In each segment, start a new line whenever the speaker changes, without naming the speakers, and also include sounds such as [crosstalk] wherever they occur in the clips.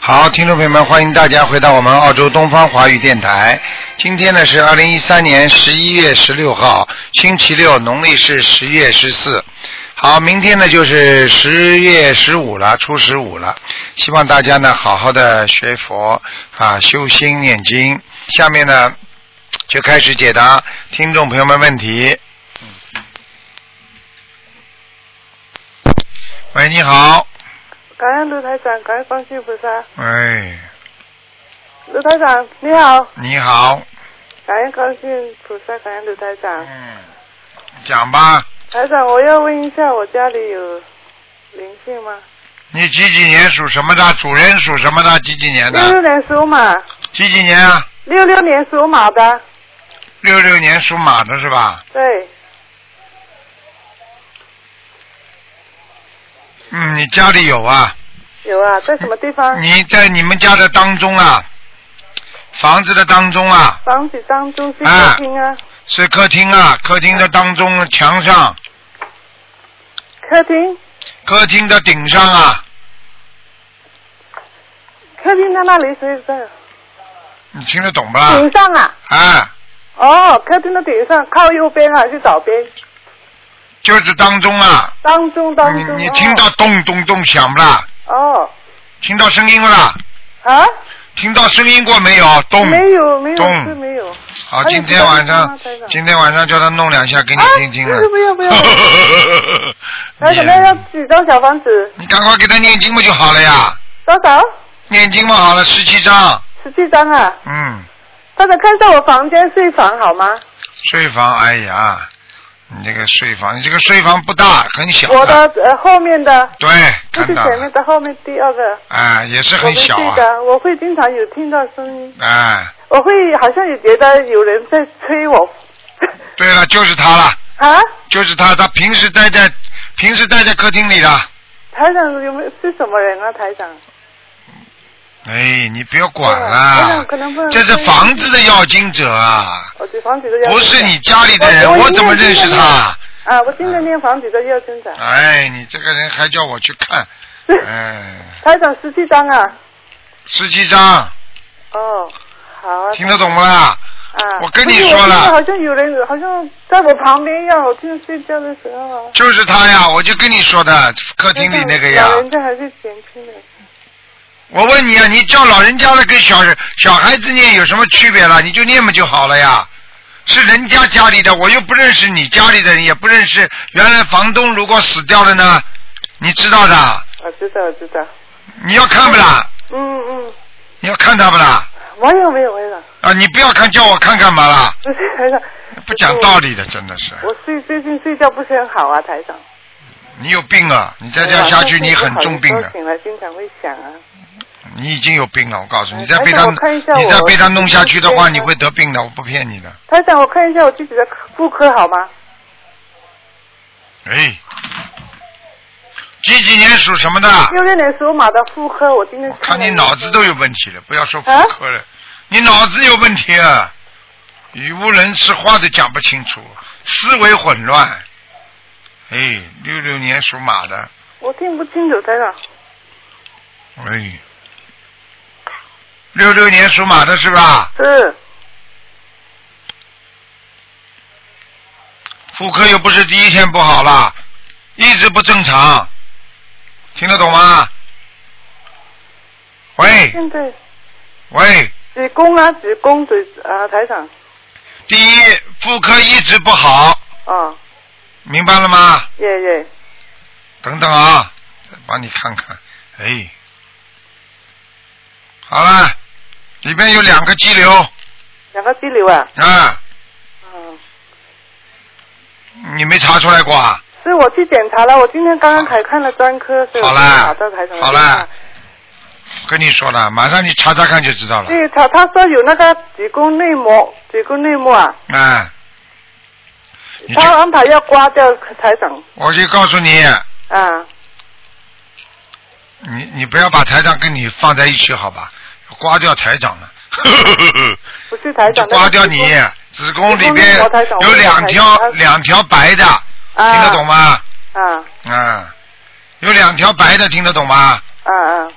好，听众朋友们，欢迎大家回到我们澳洲东方华语电台。今天呢是二零一三年十一月十六号，星期六，农历是十月十四。好，明天呢就是十月十五了，初十五了。希望大家呢好好的学佛啊，修心念经。下面呢就开始解答听众朋友们问题。喂，你好。
感恩卢台长，感恩观世音菩萨。
哎，
卢台长你好，
你好，
感恩观世音菩萨，感恩卢台长。
嗯，讲吧，
台长，我要问一下，我家里有灵性吗？
你几几年属什么的？主人属什么的？几几年
六六
的？
年属马，
几几年啊？
六六年属马的，
六六年属马的是吧？
对，
嗯，你家里有啊？
有啊，在什么地方？
你在你们家的当中啊，房子的当中啊，
房子当中是
啊
客厅啊，
是客厅啊，客厅的当中墙上，
客厅，
客厅的顶上啊，
客厅的那里是在
啊你听得懂不啦？
顶上啊。
啊，
哦，客厅的顶上靠右边啊还是左边？
就是当中啊，
当中当
你
中。
你
哦
听到咚咚咚响不啦？
哦
听到声音不啦？
啊？
听到声音过没有？咚。
没有没有
动
是没有。
好，
还有
今天晚
其他
上
地方吗台长
今天晚上叫他弄两下给你
啊
听听了。
不
[laughs]
用不用不那怎么样要
你
几张小房子？
你赶快给他念经不就好了呀？
多少？
念经嘛好了，十七章。
十七张啊！
嗯，
大家看一下我房间睡房好吗？
睡房，哎呀，你这个睡房，你这个睡房不大，很小
我的呃后面的，
对，
不
啊看
是
到
前
了
面。的，后面第二个。
啊，也是
我
很
们
小
睡
啊。
的，我会经常有听到声音，
哎，
我会好像也觉得有人在催我。
对了，就是他了，
啊？
就是他，他平时待在平时待在客厅里的。
台长有没有是什么人啊？台长？
哎，你不要管
对
啦
了台长可能不，能哦
这是房子的要经者啊。
我对房子的要
不是你家里的人，
我
我怎么认识他？？
我啊，我今天念房子的要增长。
哎，你这个人还叫我去
[laughs]
看，哎，
台长十七张啊。
十七张，
哦，好啊。
听得懂不啦？
啊，
我跟你说了
不是我听到好像有人好像在我旁边一样，我听睡觉的时候啊。
就是他呀，我就跟你说的，客厅里那个呀
老。人家还是嫌弃的。
我问你啊，你叫老人家的跟小人小孩子念有什么区别了？你就念嘛就好了呀。是人家家里的，我又不认识你家里的人，也不认识原来房东。如果死掉了呢，你知道的，
我啊知道，我知道。
你要看不啦？
嗯嗯，
你要看他不啦？
我有没有没 [laughs] 有，
啊，你不要看，叫我看干嘛啦？
不是台长。
[laughs] 不讲道理的，真的是。
我最最近睡觉不是很好啊，台长。哎
你有病啊！你再这样下去，你很重病啊
我
的。
醒来经常会想啊。
你已经有病了，我告诉你，
哎
再被他
台长我看一下
你
我
再被他弄下去的话，
这边
你会得病的，我不骗你的。
台长，我看一下我自己的妇科好吗？
哎，几几年属什么的？啊
六六年属马的妇科，我今天
我看你脑子都有问题了，不要说妇科
啊
了，你脑子有问题啊！语无伦次，话都讲不清楚，思维混乱。哎，六六年属马的，
我听不清楚，台长。
哎，六六年属马的是吧？
是
妇科又不是第一天不好了，一直不正常，听得懂吗？喂
现在
喂，
子宫啊，子宫嘴啊，台长。
第一，妇科一直不好，
哦，
明白了吗？
耶耶。
等等啊，再帮你看看，哎，好了，里面有两个肌瘤
两个肌瘤啊，
啊，
嗯，
你没查出来过啊？
是我去检查了，我今天刚刚才看了专科，所以我
好
就
啦
打到台长的啊
好
电
啦
话。
跟你说了，马上你查查看就知道了。
对，他他说有那个子宫内膜，子宫内膜啊，
哎，你去，
他安排要刮掉台长
我就告诉你，
啊，
你你不要把台长跟你放在一起，好吧？刮掉台长了， [laughs]
不是台
就
长。
刮掉你
那个子
子宫里
子宫内
边
膜台长啊
有两条
我没有台长
两条白的，
宫
听得懂吗？
啊
啊，有两条白的，听得懂吗？
啊啊啊！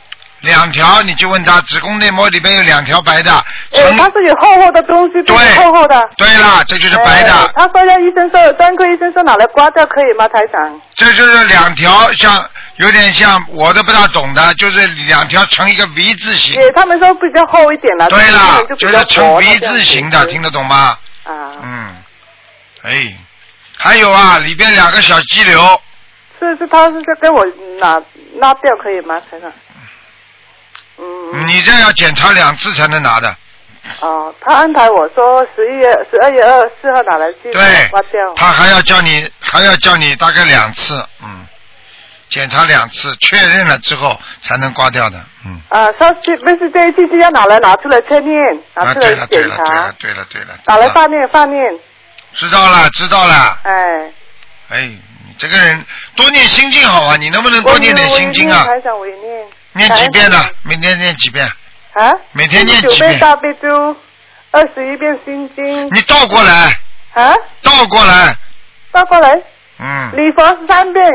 两条，你就问他子宫内膜里边有两条白的，
我
成
它哎是有厚厚的东西，这
对
是厚厚的。
对了，这就是白的，
哎他说让医生说，专科医生说拿来刮掉可以吗，台长？
这就是两条像有点像我都不大懂的，就是两条成一个 V 字形。
也他们说比较厚一点了，
对了
了，，就比
就
较
是成
薄
V 字形的，听得懂吗？
这样子啊，
嗯，哎，还有啊，里边两个小肌瘤，
是是，他是说给我拿拉掉可以吗，台长？嗯，
你这要检查两次才能拿的。
哦，他安排我说十一月、十二月二十四号拿来去
对
刮掉，。
他还要叫你，还要叫你大概两次，嗯，检查两次，确认了之后才能刮掉的，嗯。
啊，上次不是这一次就要拿来拿出来测验，拿
啊，
出
对
来
了，对
检
了，对了
查，，
对了，对了。
拿来
知道
放验放验，
知道了，知道了。
哎。
哎，你这个人多念心经好啊，你能不能多念点心经啊
我？也念台长，我也念。
念几遍呢
感恩？
每天念几遍？
啊？
每天念几
九
遍
遍大悲咒，二十一遍心经。
你倒过来，
啊？
倒过来，
倒过来，
嗯。
礼佛三遍。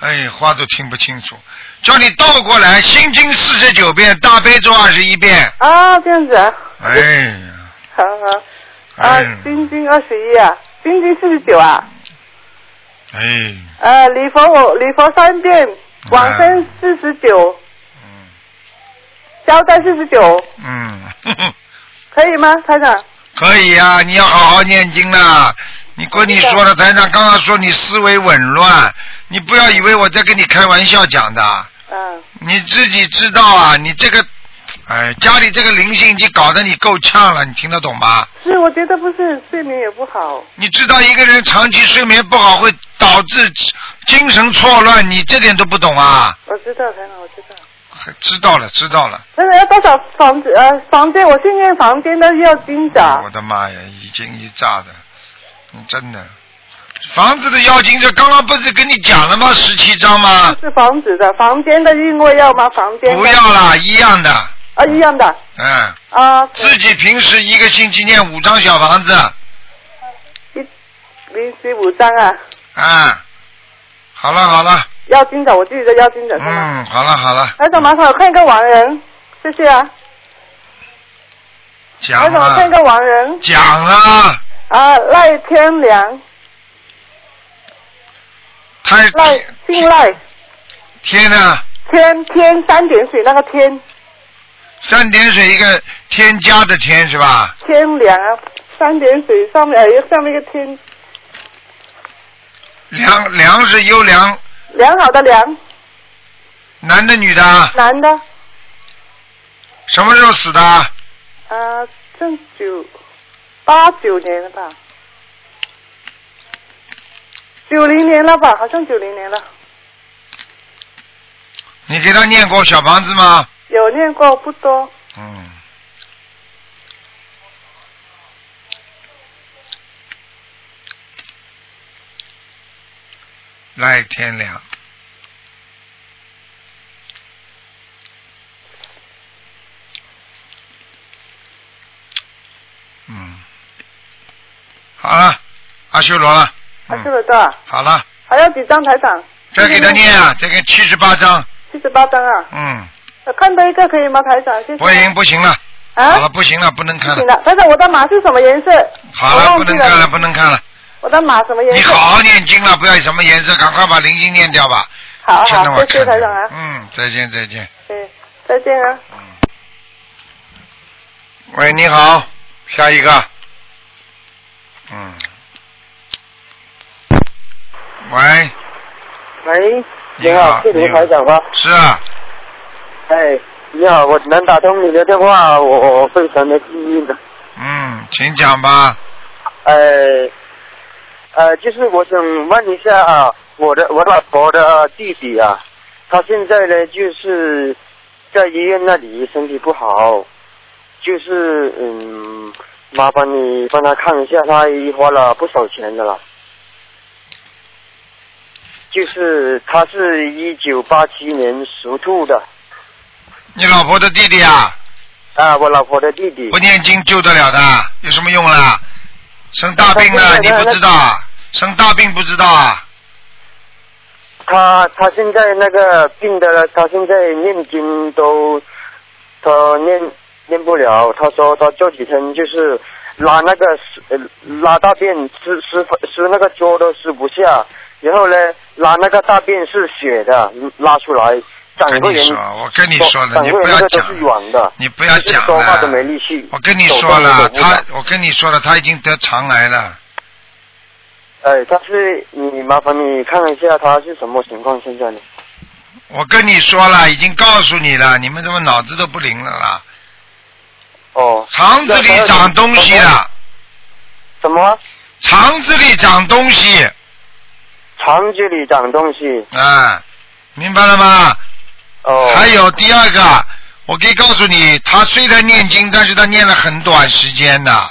哎，话都听不清楚，叫你倒过来，心经四十九遍，大悲咒二十一遍。
啊，这样子啊。
哎呀，
好好。
哎
啊
呀，，
心经二十一啊，心经四十九啊。
哎，
呃，礼佛我礼佛三遍，往生四十九，
嗯
消灾四十九，
嗯， [laughs] 呵呵
可以吗，台长？
可以啊，你要好好念经啦。你跟你说了，台长刚刚说你思维紊乱，你不要以为我在跟你开玩笑讲的，
嗯。
你自己知道啊，你这个，哎，家里这个灵性已经搞得你够呛了，你听得懂吗？
是，我觉得不是，睡眠也不好。
你知道一个人长期睡眠不好会导致精神错乱，你这点都不懂啊？
我知道，台长，我知道。
知道了，知道了。
那要多少房子？呃，房间，我去念房间的要金
我
掌。
的妈呀，一惊一乍的，嗯真的。房子的妖精，这刚刚不是跟你讲了吗？十七章吗？
是房子的，房间的因为要吗？房间的
不要啦，一样的。
啊，一样的
嗯，
啊，可
自己平时一个星期念五张小房子，
一零十五张啊，
啊，好了好了，
要金掌，我自己的要金掌是吗？
嗯，好了好了，
台长，麻烦我看一个亡人，谢谢啊。台
讲
长，我
啊
看一个亡人
讲啊，
啊，赖天良，
太
赖姓赖，
天呐，
天天三点水那个天，
三点水一个添加的添是吧？
天良啊，三点水上面呃上面一个天，
梁梁是优良，
良好的良，
男的女的啊？
男的。
什么时候死的啊？
啊，正九八九年了吧？九零年了吧？好像九零年了。
你给他念过小房子吗？
有念过不多，
嗯。赖天良，嗯，好了，阿修罗了，
还是
嗯，
了多少？
好了，
还要几张台长？
再给他念啊，再给七十八章，
七十八张啊！
嗯，
我看到一个可以吗，台长？谢谢。
不行不行了，
啊
好了，不行了，不能
不
看
行
了，
了，台长，我的马是什么颜色？
好
我
了，不
忘记
能看了，
了。
不能看了。
我的马什么颜
你
色？
好好念经了，不要什么颜色，赶快把灵性念掉吧。
好
真的
好，
我
谢谢
看
台
见
长啊！
嗯，再见再见。
嗯，再见啊！
喂，你好，下一个。嗯。喂，
喂，
你
你
好
好，是卢台长吗？
是啊，
哎，你好，我能打通你的电话，我我非常的幸运的。
嗯，请讲吧。
呃，呃，就是我想问一下啊，我的我老婆的弟弟啊，他现在呢就是在医院那里身体不好，就是嗯，麻烦你帮他看一下，他已花了不少钱的了。就是他是一九八七年属兔的。
你老婆的弟弟啊，
啊，我老婆的弟弟
不。念经救得了的，有什么用啦？生大病了，
那
你
那
不
那
知道啊？生大病不知道啊？
他他现在那个病的，他现在念经都他念念不了。他说他这几天就是拉那个呃拉大便湿湿湿那个脚都湿不下，然后呢拉那个大便是血的拉出来，整
跟
个
你
人
说，我跟你说了，
整
你
个
不
人
要
那个都
讲
是
了，
软的，
你不要
就是
讲
说话
了
都没力气。
我跟你
手
说
动都
了，
走不了
他我跟你说了，他已经得肠癌了。
哎，但是你麻烦你看一下他是什么情况现在呢？
我跟你说了，已经告诉你了，你们怎么脑子都不灵了啦？
哦，
肠子里长东西了，
什么？
肠子里长东西，
肠子里长东西？
啊，明白了吗？
哦，
还有第二个，我可以告诉你，他虽然念经，但是他念了很短时间的，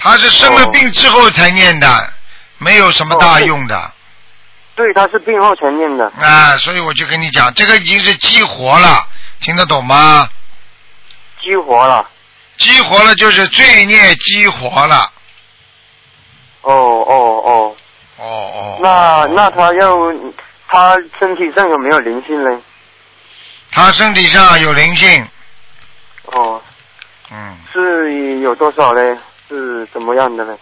他是生了
哦
病之后才念的，没有什么大用的。
对，他是病后才念的。
啊，所以我就跟你讲，这个已经是激活了，听得懂吗？
激活了。
激活了就是罪孽激活了。
哦哦哦，
哦哦。
那
哦
那他要他身体上有没有灵性呢？
他身体上有灵性，
哦，
嗯，
是有多少呢？是怎么样的呢？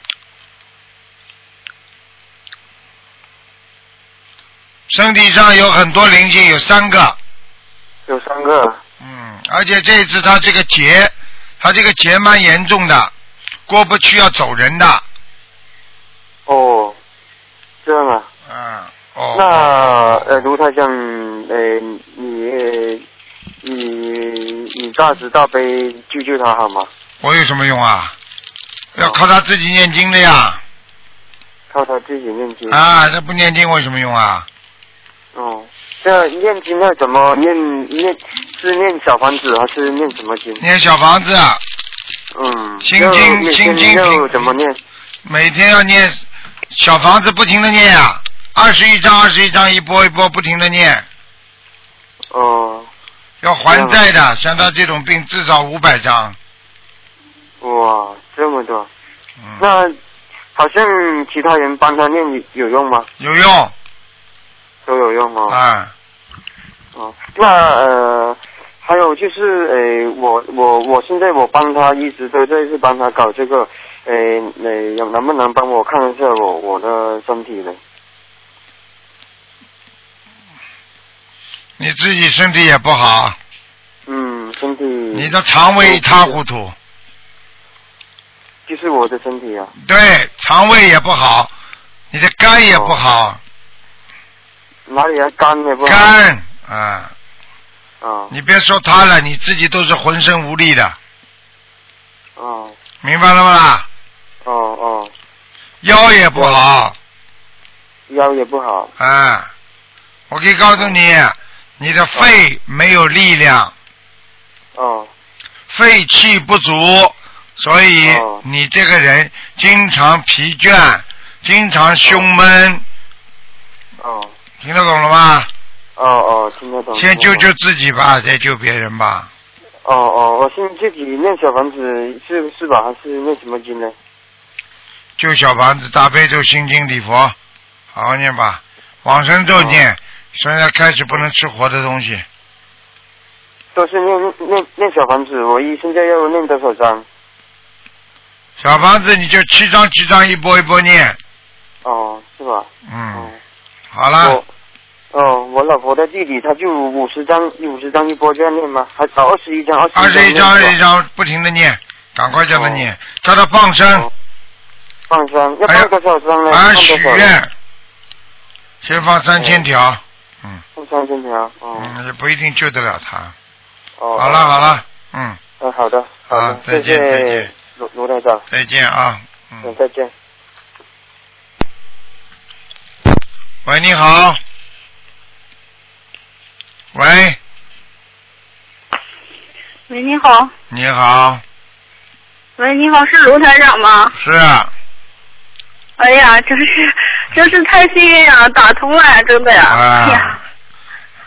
身体上有很多灵性，有三个，
有三个。
嗯，而且这一次他这个劫，他这个劫蛮严重的，过不去要走人的，
哦，这样啊。
嗯，哦，
那呃，卢太像呃，你呃你你大慈大悲救救他好吗？
我有什么用啊？要靠他自己念经的呀，
靠他自己念经。
啊，他不念经我有什么用啊？
哦，这念经要怎么念？念是念小房子还是念什么经？
念小房子啊，
嗯，
心
要
经
念
心经
要怎么念？
每天要念小房子，不停的念啊，二十一章二十一章一波一波不停的念，
哦，
要还债的，像他这种病至少五百张，
哇，这么多，
嗯。
那好像其他人帮他念有有用吗？
有用
都有用哦。
啊，
哦，那呃，还有就是呃，我我我现在我帮他一直都在是帮他搞这个，呃呃，有能不能帮我看一下我我的身体呢？
你自己身体也不好，
嗯，身体。
你的肠胃一塌糊涂，
就是我的身体啊。
对，肠胃也不好，你的肝也
哦
不好，
哪里啊？肝也不好。
肝啊，
啊
你别说他了，你自己都是浑身无力的，
哦
明白了吗？
哦哦，
腰也不好
腰也不好。
啊，我可以告诉你，你的肺没有力量，
哦
肺气不足，所以
哦
你这个人经常疲倦，经常胸闷，
哦
听得懂了吗？
哦哦，听得懂。
先
听
救
得懂
救。自己吧，再救别人吧。
哦哦，我现在自己念小房子是是吧？还是念什么经呢？
救小房子、大悲咒、心经、礼佛，好好念吧。往生咒
哦
念，现在开始不能吃活的东西。
都是念念念小房子，我一现在要念多少张？
小房子你就七张七张一波一波念，
哦，是吧？哦
嗯，，好了
我，哦，我老婆的弟弟他就五十张，五十张一波这样念吗？还哦找二十一张，二
二十
十
一张二十一
张
张不停的念，赶快叫他
哦
念，叫他放生
哦，放生，要
还有
放多少张呢？
还
放
有许
多少呢？
愿，先放三千
哦
条，嗯
放三千条。哦
嗯，也不一定救得了他。
哦，
好了好了，嗯，
嗯，好的，好
好
的，
再
谢
见再
谢
见
卢卢台长，
再见啊，嗯
嗯，。再见。
喂，你好。喂，
喂，你好，
你好，
喂，你好，是卢台长吗？
是啊，
哎呀，真是， [laughs] 真是太幸运了，打通了，真的呀，哎
啊
呀，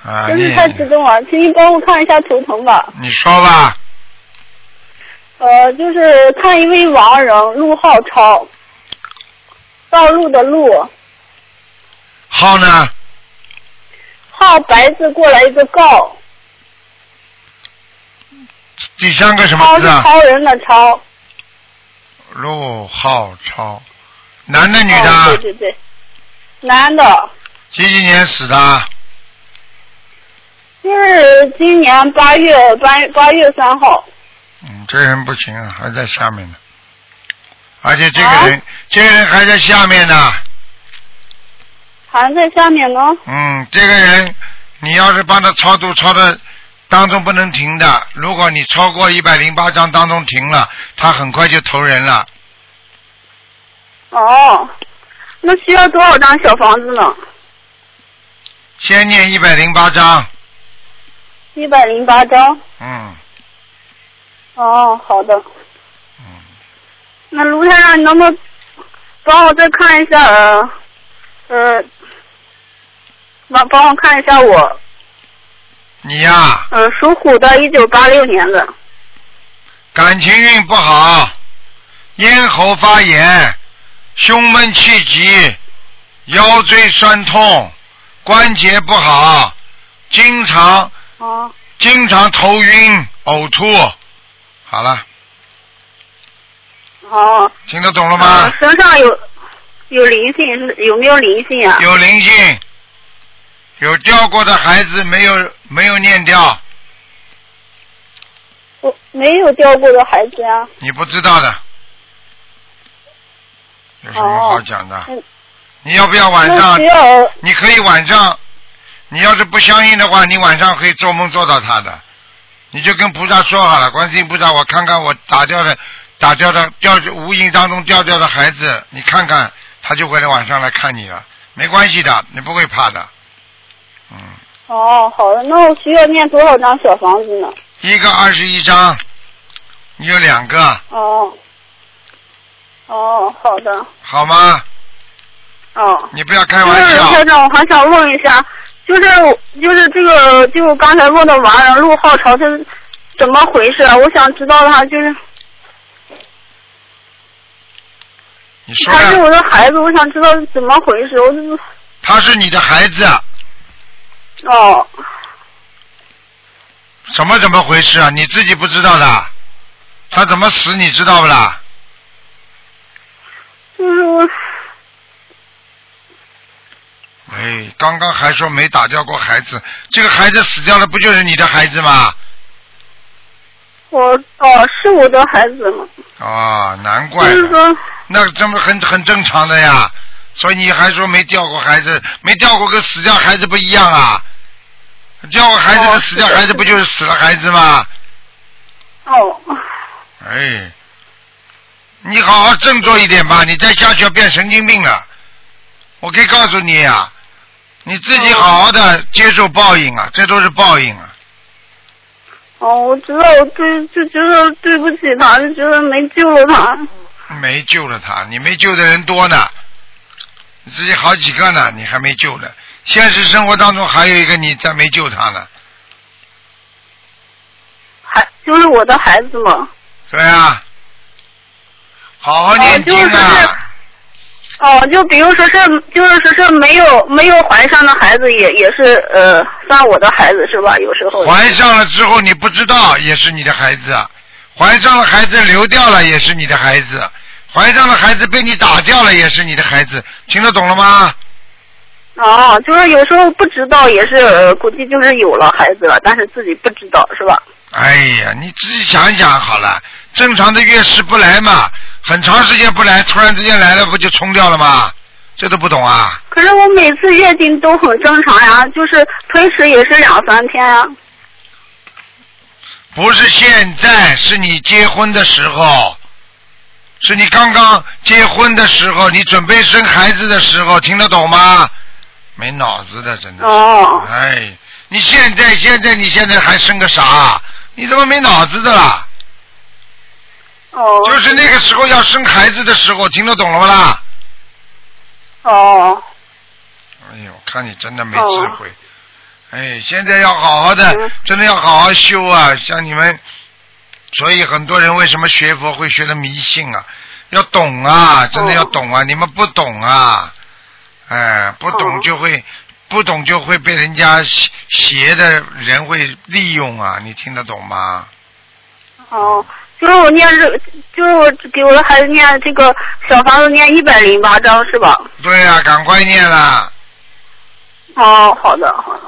啊，
真
你
是太激动了，请你帮我看一下图腾吧。
你说吧，
呃，就是看一位亡人陆浩超，道路的路，
号呢？
浩白字过来一个告，
第三个什
超
么
是
字啊？
超人的超。
陆浩超，男的女
哦
的啊？
对对对，男的，
哎
几几年死的啊？
就是今年八月八八月三号。
嗯，这个人不行啊，还在下面呢。而且这个人，这个人还在下面呢。
还在下面
哦
呢，
嗯，这个人，你要是帮他超度超的当中不能停的，如果你超过一百零八章当中停了，他很快就投人了。
哦，那需要多少张小房子呢？
先念一百零八章，
一百零八张。
嗯
哦，好的。
嗯，
那卢太长，你能不能帮我再看一下呃呃，帮帮我看一下我
你呀、
呃属虎的，一九八六年的。
感情运不好，咽喉发炎，胸闷气急，腰椎酸痛，关节不好，经常
哦
经常头晕、呕吐。好了，
哦。
听得懂了
呃
吗？
身上有有灵性，有没有灵性啊？
有灵性，有掉过的孩子没有没有念掉，
我没有掉过的孩子啊呀、
你不知道的，有什么好讲的？
嗯
你要不要晚
那
上
需要
你可以晚上，你要是不相信的话，你晚上可以做梦做到他的，你就跟菩萨说好了，观世音菩萨，我看看我打掉的、打掉的掉无形当中掉掉的孩子，你看看，他就会来晚上来看你了，没关系的，你不会怕的，嗯，
哦，好的，那我需要念多少张小房子呢？
一个二十一章，你有两个，
哦，哦，好的，
好吗？
哦。
你不要开
就
玩
是
笑
刘，台长，我还想问一下，就是就是这个，就刚才问的亡人陆浩朝他是怎么回事啊？我想知道他就是
你说
他是
呀，
我的孩子，我想知道是怎么回事。我就是
他是你的孩子，啊
哦，
什么怎么回事啊？你自己不知道的，啊他怎么死你知道不啦？
就是我
哎，刚刚还说没打掉过孩子，这个孩子死掉了，不就是你的孩子吗？
我哦是我的孩子嘛，
哦，难
就
怪
是
了，
说
那这么很很正常的呀。所以你还说没掉过孩子，没掉过跟死掉孩子不一样啊？掉过孩子跟死掉孩子不就是死了孩子吗？
哦
哎，你好好振作一点吧，你再下去要变神经病了。我可以告诉你啊，你自己好好的接受报应啊，这都是报应啊。
哦，我知道，我对就觉得对不起他，就觉得没救了他。
没救了他，你没救的人多呢，你自己好几个呢，你还没救呢。现实生活当中还有一个你在没救他呢，
孩就是我的孩子嘛。
对啊，好好念经
哦就是说
啊，
哦，就比如说是，就是说是没有没有怀上的孩子也也是呃算我的孩子是吧？有时候
怀上了之后你不知道也是你的孩子，啊怀上了孩子流掉了也是你的孩子，怀上了孩子被你打掉了也是你的孩子，听得懂了吗？
哦，就是有时候不知道也是、呃估计就是有了孩子了，但是自己不知道是吧？
哎呀，你自己想一想好了，正常的月事不来嘛，很长时间不来，突然之间来了，不就冲掉了吗？这都不懂啊！
可是我每次月经都很正常呀，就是推迟也是两三天啊呀。
不是现在，是你结婚的时候，是你刚刚结婚的时候，你准备生孩子的时候，听得懂吗？没脑子的，真的。
哦
哎，你现在现在你现在还生个啥？你怎么没脑子的啦？
哦，
就是那个时候要生孩子的时候，听得懂了不啦？
哦
哎呦，我看你真的没智慧。哎，现在要好好的
嗯，
真的要好好修啊！像你们，所以很多人为什么学佛会学的迷信啊？要
哦
懂啊，真的要懂啊！你们不懂啊，哎，不懂
哦
就会不懂就会被人家邪邪的人会利用啊，你听得懂吗？
哦，就是我念这，就是我给我的孩子念这个小房子念一百零八章是吧？
对呀、赶快念啦！
哦，好的好的。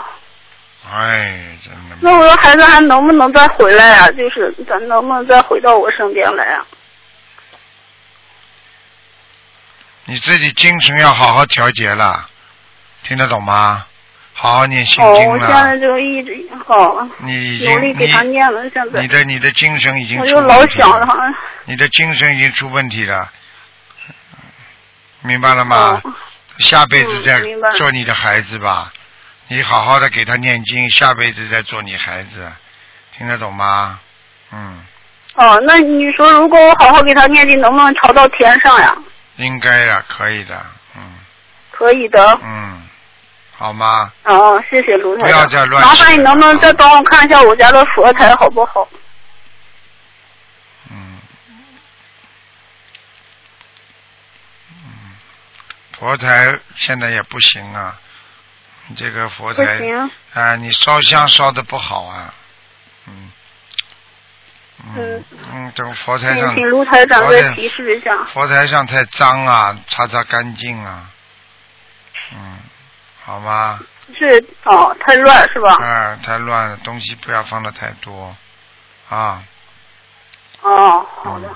哎，真的。
那我的孩子还能不能再回来啊？就是咱能不能再回到我身边来啊？
你自己精神要好好调节了，听得懂吗？好好念心
哦，
经
我现
了。
在就一直好
你已经
努力给他念了，现在
你的你的精神已经
我
出
就老
问题
想
了
着好像
你的精神已经出问题了，明白了吗？下辈子再
哦嗯明白
做你的孩子吧，你好好的给他念经，下辈子再做你孩子，听得懂吗？嗯，
哦，那你说如果我好好给他念经，能不能朝到天上呀？
应该的，可以的，嗯
可以的。
嗯，好吗？
哦，谢谢卢
不
台
要
长。
再乱
麻
想啊
烦你能不能再帮我看一下我家的佛台好不好？
嗯，嗯，佛台现在也不行啊，你这个佛
不
台
行，
啊，你烧香烧的不好啊，嗯，嗯嗯，等佛台
请
上
请卢台长
佛
再
台
提示一下。
佛台上太脏啊，擦擦干净啊，嗯，好吗？
是哦，太乱是吧？
啊，太乱了，东西不要放的太多，啊，嗯
哦，好的。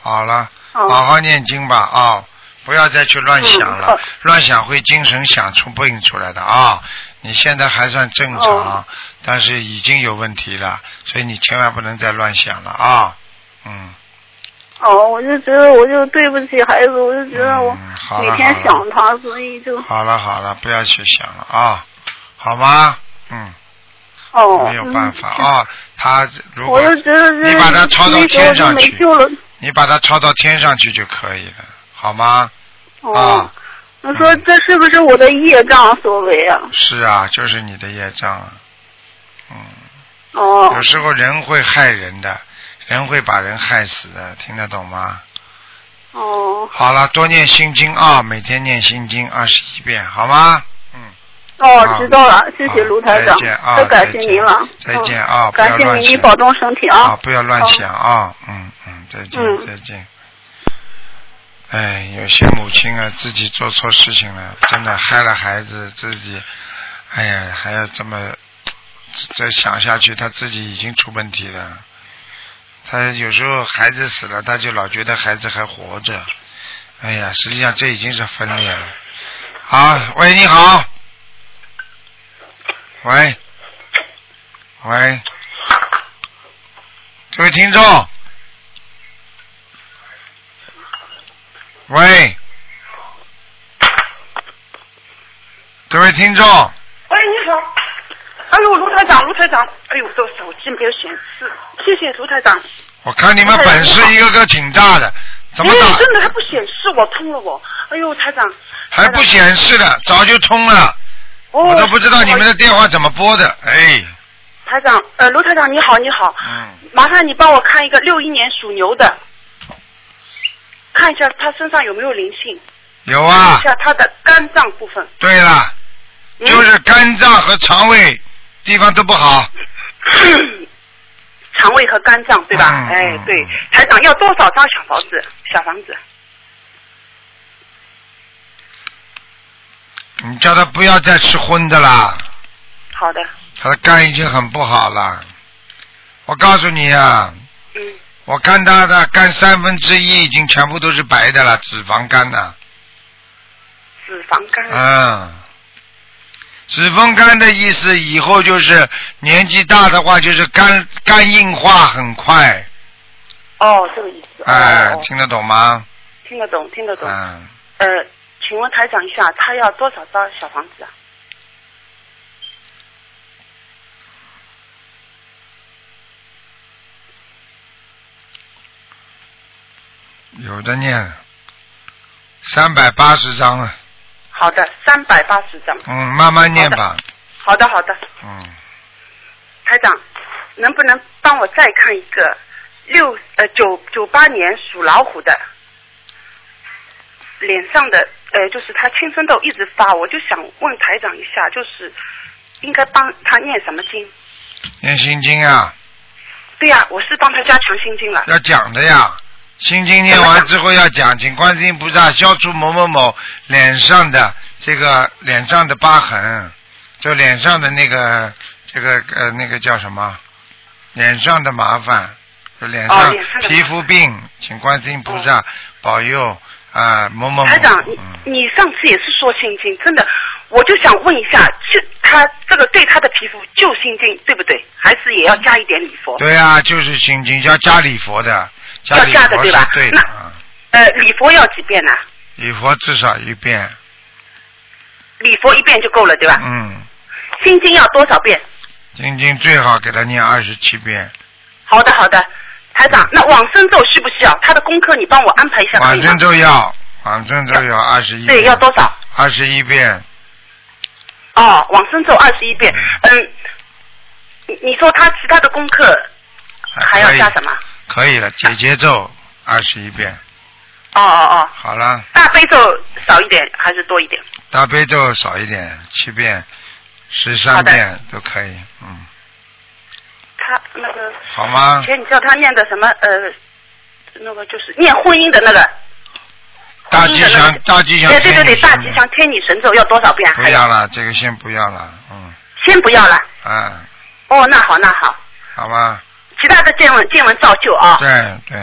好了，
哦
好好念经吧啊，不要再去乱想
嗯
了
好，
乱想会精神想出病出来的啊。你现在还算正常
哦，
但是已经有问题了，所以你千万不能再乱想了啊。嗯。
哦，我就觉得我就对不起孩子，我就觉得我
嗯好了
每天
好了
想他，所以就
好了好了，不要去想了啊，好吗？嗯，
哦，
没有办法
嗯
啊。他如
我
果
就觉得这
你把它抄
那
到
时候
天上
就没
去
救了。
你把它抄到天上去就可以了，好吗？
哦
啊，，
我说这是不是我的业障所为啊？
是啊，就是你的业障啊。嗯，
哦
有，时候人会害人的，人会把人害死的，听得懂吗？
哦，
好了，多念心经啊，每天念心经二十一遍，好吗？嗯，
哦
啊，
知道了，谢谢
好
卢台长
再见，啊，
太感谢
再见
您了，
再
嗯
见啊，不要
感谢
乱
您，你
想
保重身体啊。
不要乱
好
想啊，嗯嗯，再见、
嗯
再见。哎，有些母亲啊，自己做错事情了，真的害了孩子，自己，哎呀，还要这么再想下去，他自己已经出问题了。他有时候孩子死了，他就老觉得孩子还活着，哎呀，实际上这已经是分裂了。好，喂，你好，喂，喂，各位听众，喂，各位听众，
喂，你好。哎呦，卢台长，卢台长，哎呦，这手机没有显示，谢谢卢台长。
我看你们本事一个个挺大的，怎么
哎真的还
打
不显示我通了我，哎呦，台长。
还不显示的，早就通了，
哦
我都不知道你们的电话怎么拨的，哎，
台长，呃，卢台长你好，你好，
嗯，
麻烦你帮我看一个六一年属牛的，看一下他身上有没有灵性，
有
看
啊
一，下他的肝脏部分。 [coughs]
对了，
哎嗯
就是肝脏和肠胃地方都不好，
肠胃和肝脏，对吧？
嗯
哎
嗯，
对
嗯，
台长要多少张小房子？小房子，
你叫他不要再吃荤的啦。
好的，
他的肝已经很不好了。我告诉你啊，
嗯，
我看他的肝三分之一已经全部都是白的了，脂肪肝呐、
脂肪肝。
嗯，脂肪肝的意思以后就是年纪大的话，就是肝肝硬化很快，
哦，这个意思。
哎、
哦、
听得懂吗？
听得懂，听得懂。
嗯，
呃，请问台长一下，他要多少张小房子啊？
有的念，三百八十张了，
好的，三百八十张。
嗯，慢慢念吧，
好的，好的，
嗯，
台长，能不能帮我再看一个六呃九九八年属老虎的？脸上的呃，就是他青春痘一直发，我就想问台长一下，就是应该帮他念什么经？
念心经啊，
对呀、我是帮他加强心经了。
要讲的呀。心经念完之后要讲，请观世音菩萨消除某某某脸上的这个脸上的疤痕，就脸上的那个这个呃那个叫什么？脸上的麻烦，就脸
哦
上
脸上的麻烦哦
皮肤病，请观世音菩萨保佑啊、某某某。
台长，你你上次也是说心经，真的，我就想问一下，就他这个对他的皮肤就心经对不对？还是也要加一点礼佛？
对呀、就是心经要加礼佛的，
要
礼
加的
佛
对
是
吧
对的
那
啊，
呃，礼佛要几遍呢、
礼佛至少一遍，
礼佛一遍就够了，对吧？
嗯，
心经要多少遍？
心经最好给他念二十七遍，
好的，好的，台长，那往生咒需不需要？他的功课你帮我安排一下可以
嗯往
吗
生？咒要，往生咒要二十一，
对，要多少？
二十一遍，
哦，往生咒二十一遍。嗯，你你说他其他的功课还要
可以
加什么？
可以
啊
了，解结咒二十一遍，
哦哦哦，
好了，
大悲咒少一点还是多一点？
大悲咒少一点，七遍、十三
好的
遍都可以，嗯，
他那个
好吗
以？前你叫他念的什么呃，那个就是念婚姻的那个，
大吉
真的那
祥
个，
大吉祥，
哎对对对，
天女
大
神
吉祥天女神咒要多少遍？
不
还有
要了，这个先不要了，嗯，
先不要了。
啊，
哦，那好那好，
好吧，
其他的见闻见闻照旧啊。
对对，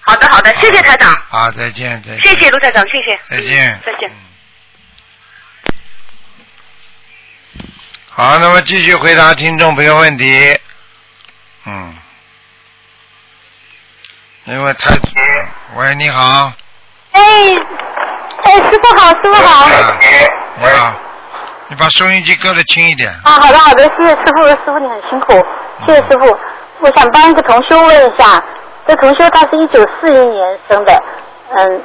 好的好的，谢谢台长，
好，再见再见，
谢谢卢台长，谢谢。
再见，
再见
嗯。好，那么继续回答听众朋友问题。嗯，因为太……喂，你好，
哎，哎，师傅好，师傅好。
啊你好，你把收音机搁得轻一点。
啊，好的好的，谢谢师傅，师傅你很辛苦，谢谢师傅。我想帮一个同修问一下，这同修他是一九四零年生的，嗯，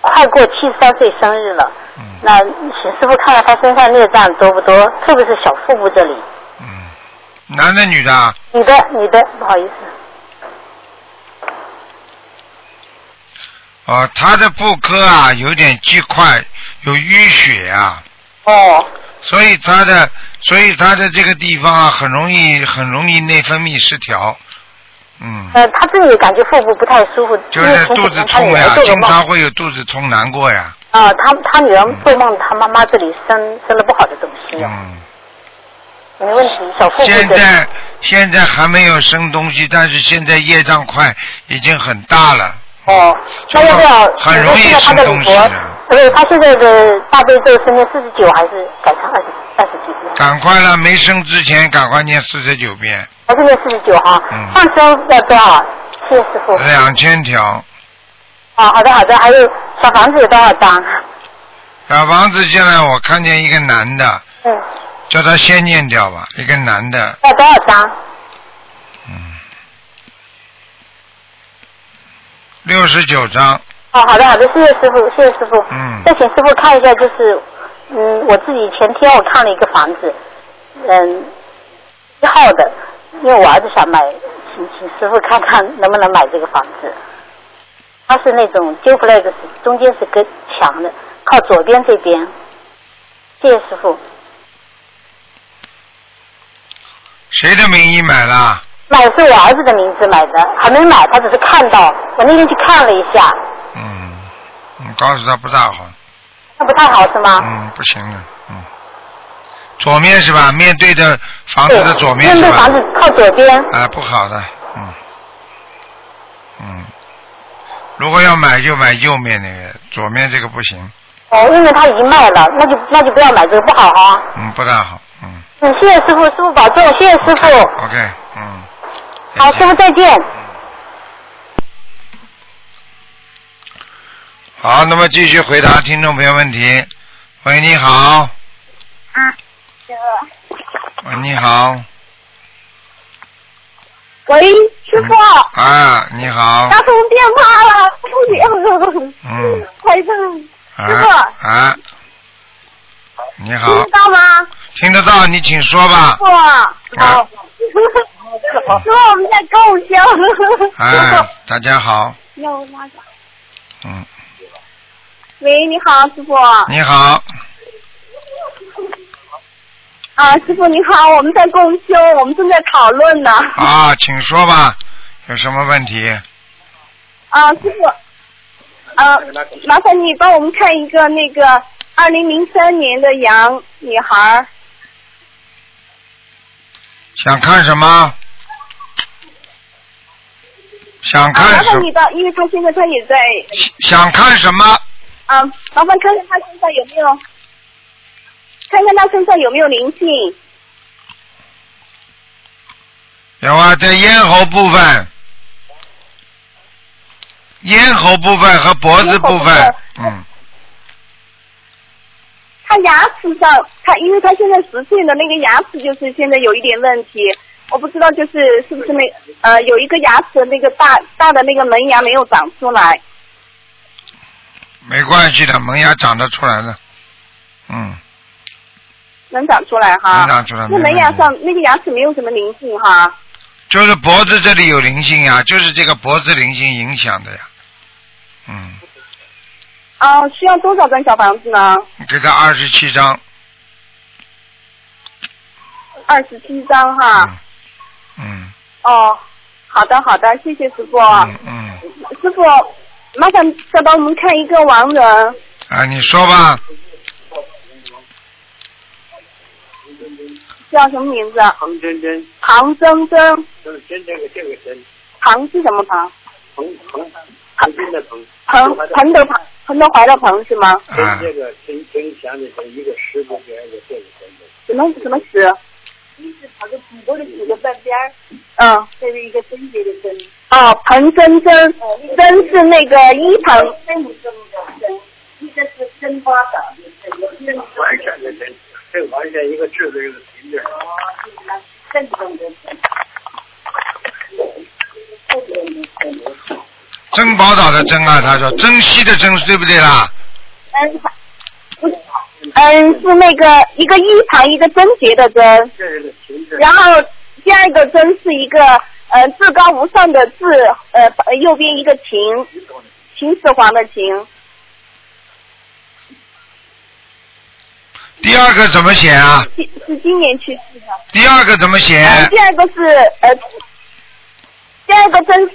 快过七十三岁生日了。
嗯
那请师傅看看他身上孽障多不多，特别是小腹部这里。
嗯，男的女的啊？
你的你的，不好意思。
哦，他的妇科啊有点积块，有淤血啊，
哦，
所以他的所以他的这个地方啊很容易很容易内分泌失调。嗯，
呃，他自己感觉腹部不太舒服，
就
因为
是
前
肚
几
子
天他
痛
女儿
呀，
做个
经
梦
常会有肚子痛难过呀。
啊，他他女儿做梦，他妈妈这里生生了不好的东西啊，
嗯，
没问题，小腹部
现
这里。
在现在还没有生东西，但是现在业障块已经很大了。
哦，那要不要
嗯很容易
现在他的赌
生东西
博
的？
不是，他现在的大悲咒是念四十九还是改成二十二十几遍？
赶快了，没生之前赶快念四十九遍，
还是念四十九哈
嗯？
放生要多少？谢谢师傅。
两千条。
啊，好的好的，还有小房子有多少张？
小房子进来，我看见一个男的，
嗯，
叫他先念掉吧，一个男的，
要多少张？
嗯，六十九章，
哦，好的好的，谢谢师傅，谢谢师傅。
嗯
再请师傅看一下，就是嗯，我自己前天我看了一个房子，嗯，一号的，因为我儿子想买，请请师傅看看能不能买这个房子。它是那种 duplex，中间是隔墙的，靠左边这边。谢谢师傅。
谁的名义买了？
买是我儿子的名字买的，还没买，他只是看到。我那天去看了一下，
嗯，你告诉他不大
啊
好，
那不太好是吗？
嗯，不行的，嗯，左面是吧？面对着房子
对，
的左面
面
是
对
吧
房？子靠左边。
啊，不好的，嗯，嗯，如果要买就买右面那个，左面这个不行，
哦，因为他已经卖了，那就那就不要买这个不好啊。
嗯，不大好，嗯
嗯，谢谢师傅，师傅保重，谢谢师傅。
，OK，嗯，
好，
再
师
见
傅再见。
好，那么继续回答听众朋友问题。喂，你好。
啊，
喂，你好。
喂，师傅，
嗯啊，你好
打。通电话了，不行了，
嗯。
快上，
啊
师傅
啊。你
听
好
得，到吗？
听得到，你请说吧
师。傅，
啊，
[laughs] 师傅，我们在共修。
哎
[laughs]
哎，大家好，
要拉倒
嗯，
喂，你好，师傅。
你好，
啊，师傅你好，我们在共修，我们正在讨论呢。
啊，请说吧，有什么问题？
啊，师傅，啊，麻烦你帮我们看一个那个二零零三年的羊女孩儿，
想看什么？想
啊，麻
看什
烦你帮，因为她现在她也在，
想看什么？
啊，麻烦看看她身上有没有，看看她身上有没有灵性，
有啊，在咽喉部分，咽喉部分和脖子部
咽
分
喉，
嗯，
她牙齿上，她因为她现在十岁了，那个牙齿就是现在有一点问题。我不知道，就是是不是那呃有一个牙齿那个大大的那个门牙没有长出来，
没关系的，门牙长得出来的，嗯，
能长出来哈，
能长出来
那
没
门
问
牙
题
上那个牙齿没有什么灵性哈。
就是脖子这里有灵性呀、就是这个脖子灵性影响的呀，嗯，
啊，需要多少张小房子呢？
给他二十七张，
二十七张哈。
嗯
哦，好的好的，谢谢师傅。
嗯嗯，
师傅，麻烦再帮我们看一个亡人，
啊，你说吧，
叫什么名字？
唐真真，
唐真真，
就是真正的这个真，
唐是什么唐？
彭彭彭真的彭，
彭彭德庞，彭德怀的彭是吗？
跟
啊，
这个陈陈祥的陈，一个石头边一个这个真的。
什么什么石？嗯，
这是一个贞洁的贞，
哦，彭真真，真是那个一彭，
真正的真，一个是真巴掌的真，有些人说
完善的真，这个完善一个智慧，一个平字。
正宗哦的真，这个人真，
珍宝岛的珍啊，他说珍惜的珍，对不对啦？
嗯，不是嗯，是那个一个一旁一个贞洁的贞，
这是个平字，
然后第二个真是一个呃至高无上的至，呃呃右边一个秦，秦始皇的秦，
第二个怎么写啊？
今是今年去世的。
第二个怎么写？
呃第二个是呃，第二个真是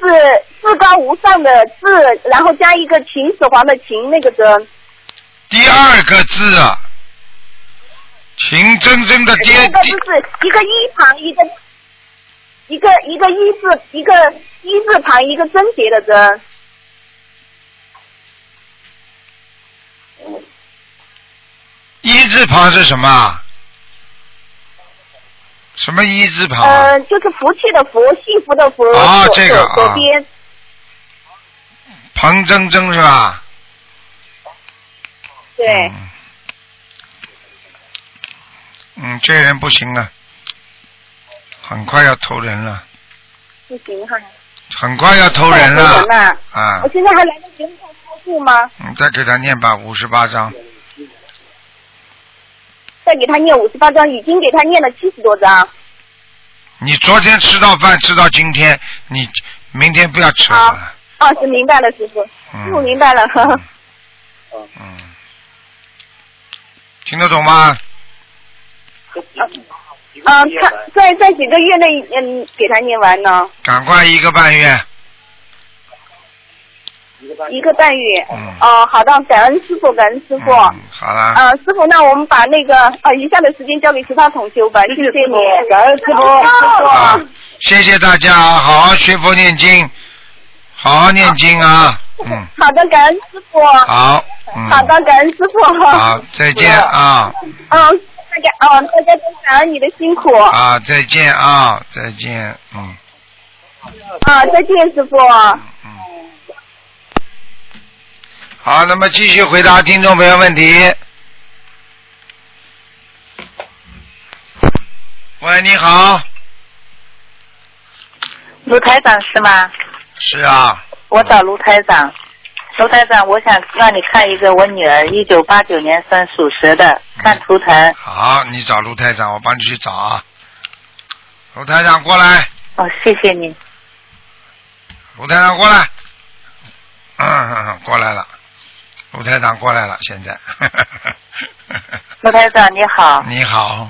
至高无上的至，然后加一个秦始皇的秦那个真。
第二个字啊，秦真真的
第
爹
二个
第
就是一个一旁一个一个一个一字一个一字旁一个贞洁的贞。
一字旁是什么啊？什么一字旁啊？
呃，就是福气的福，幸福的福，
啊
左
这个
左
啊
左边，
彭真真是吧？
对，
嗯。嗯，这人不行了，很快要投人了，
不行哈，
很快要投人
太
了
多了。
啊
我！现在还来得及给他超度吗？
你再给他念吧，五十八章。
再给他念五十八章，已经给他念了七十多章。啊
你昨天吃到饭吃到今天，你明天不要吃了好了。
哦，是明白了，师傅，
嗯
师傅明白了，呵呵
嗯，听得懂吗？嗯
啊，他在在几个月内，嗯，给他念完呢，
赶快一个半月，
一个半月。
嗯
哦，好的，感恩师傅，感恩师傅。
嗯，好啦，
呃，师傅，那我们把那个呃余下的时间交给其他同修吧，谢谢你，感恩师傅，
啊，谢谢大家啊，好好学佛念经，好好念经啊，嗯，
好的，感恩师傅，
好，嗯，
好的，感恩师傅，
好，再见啊，
嗯，大家哦，大家都感恩你的辛苦啊
啊，再见啊，再见，嗯
啊
再见，师傅。
嗯，好，那么继续回答听众朋友问题。喂，你好，
卢台长是吗？
是啊，
我找卢台长，卢台长，我想让你看一个我女儿，一九八九年生属蛇的，
嗯
看图腾。
好，你找卢台长，我帮你去找啊。卢台长过来，
哦，谢谢你。
卢台长过来。嗯，嗯嗯过来了。卢台长过来了，现
[laughs]
在。
陆台长你好，
你
[laughs]
好，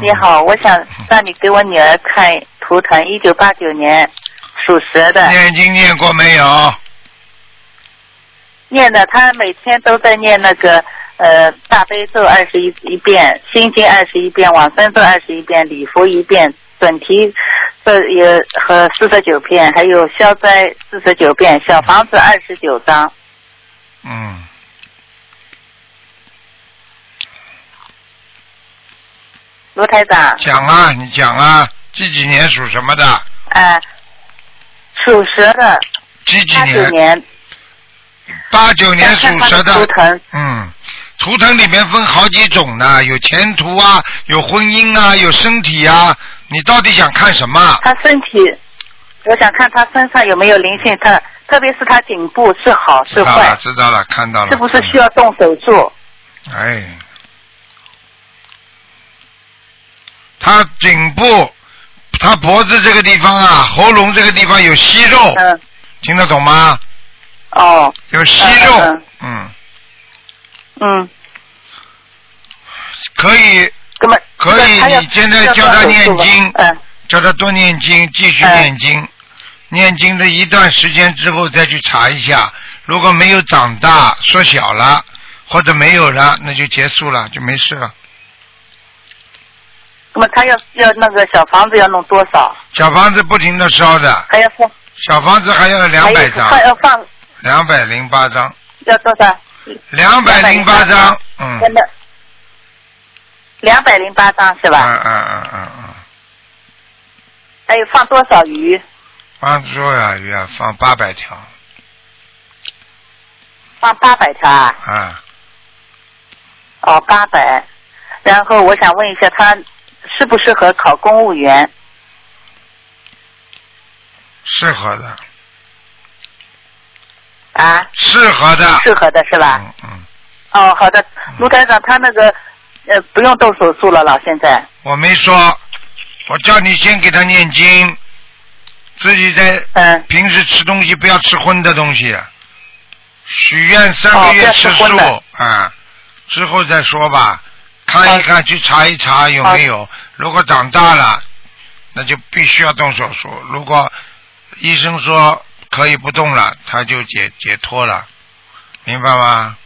你好，
嗯
我想让你给我女儿看图腾，一九八九年属蛇的，
念经念过没有？
念的她每天都在念那个呃大悲咒二十一一遍，心经二十一遍，往生咒二十一遍，礼佛一遍，准提这也和四十九遍，还有消灾四十九遍，小房子二十九张。
嗯。
卢台长，
讲啊，你讲啊，几几年属什么的？
哎、属蛇的，
几几
八九
年？
年，
八九年属蛇
看看
的
图腾。
嗯，图腾里面分好几种呢，有前途啊，有婚姻啊，有身体啊。你到底想看什么？
她身体，我想看她身上有没有灵性，她特别是她颈部是好
知
是
道了，
坏，
知道了，看到了。嗯
是不是需要动手术？
哎，他颈部、他脖子这个地方啊，喉咙这个地方有息肉，
嗯，
听得懂吗？
哦，
有息
嗯
肉，
嗯
嗯，
嗯，
可以
那么
可以
她要
你现在
要
叫她
动手术吧
念经
嗯，
叫他多念经，继续
嗯
念经。念经的一段时间之后再去查一下，如果没有长大、缩小了，或者没有了，那就结束了，就没事了。
那么她要要那个小房子要弄多少？
小房子不停的烧的，
还要放
小房子还要两
还
百
有
张。
放要放
两百零八张，
要多少？
两百零八张，嗯，
真的。两百零八张是
嗯
吧？
嗯嗯嗯嗯，
还有放多少鱼？
放猪呀鱼啊，放八百条，
放八百条啊？
啊，
哦，八百。然后我想问一下，他适不适合考公务员？
适合的，
啊，
适合的，
适合的是吧？
嗯嗯，
哦，好的，卢台长，他那个呃不用动手术了了，现在
我没说，我叫你先给他念经，自己在
嗯
平时吃东西不要吃荤的东西，许愿三
哦
个
不
月
要
吃
吃
素
荤的
啊，之后再说吧，看一看，去查一查有没有。如果长大了，那就必须要动手术。如果医生说可以不动了，他就解解脱了，明白吗？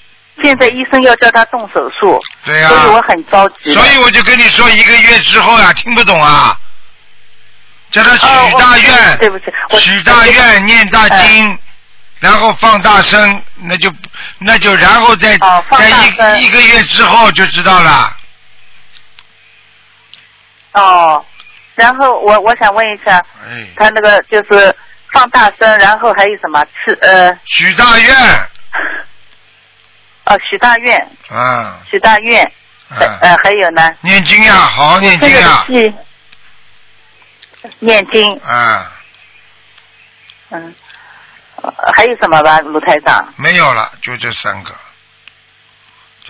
现在医生要叫他动手术，
对呀、
所以我很着急。
所以我就跟你说，一个月之后呀、听不懂啊，叫他
哦
许
我
大愿。
对不起，我嗯
许大愿、念大经，然后放大声，那就那就然后再、
哦放
在
大
一
声
一个月之后就知道了。
哦，然后我我想问一下，
哎，
他那个就是放大声，然后还有什么吃呃
许大愿，
哦许大愿，
啊
许大愿，呃
啊，
呃还有呢，
念经呀，好好念经啊
这个
呀，
是念经，
啊，
嗯，呃还有什么吧，卢台长？
没有了，就这三个，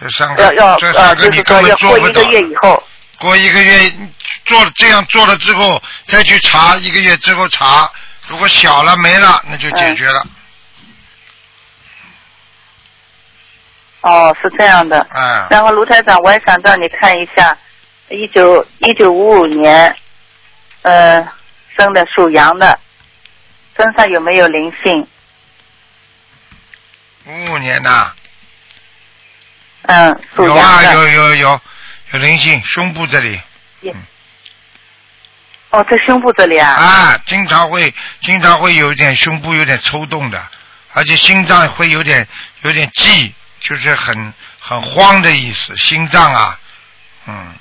这三
要
个
要，
这
呃，
三
就
个你
是说
根本
要
做
过
不
一
到
个。月以后，
过一个月做这样做了之后，再去查一个月之后查，如果小了没了，那就解决了。
嗯
哦，是这样的。
啊。
然后卢台长，我也想让你看一下，一九一九五五年，呃，生的属羊的，身上有没有灵性？
五五年呐、
嗯，属
有
羊
啊，
的。
有有有有灵性，胸部这里嗯
哦，在胸部这里啊。
啊，经常会经常会有一点胸部有点抽动的，而且心脏会有点有点悸，就是很很慌的意思，心脏啊，嗯，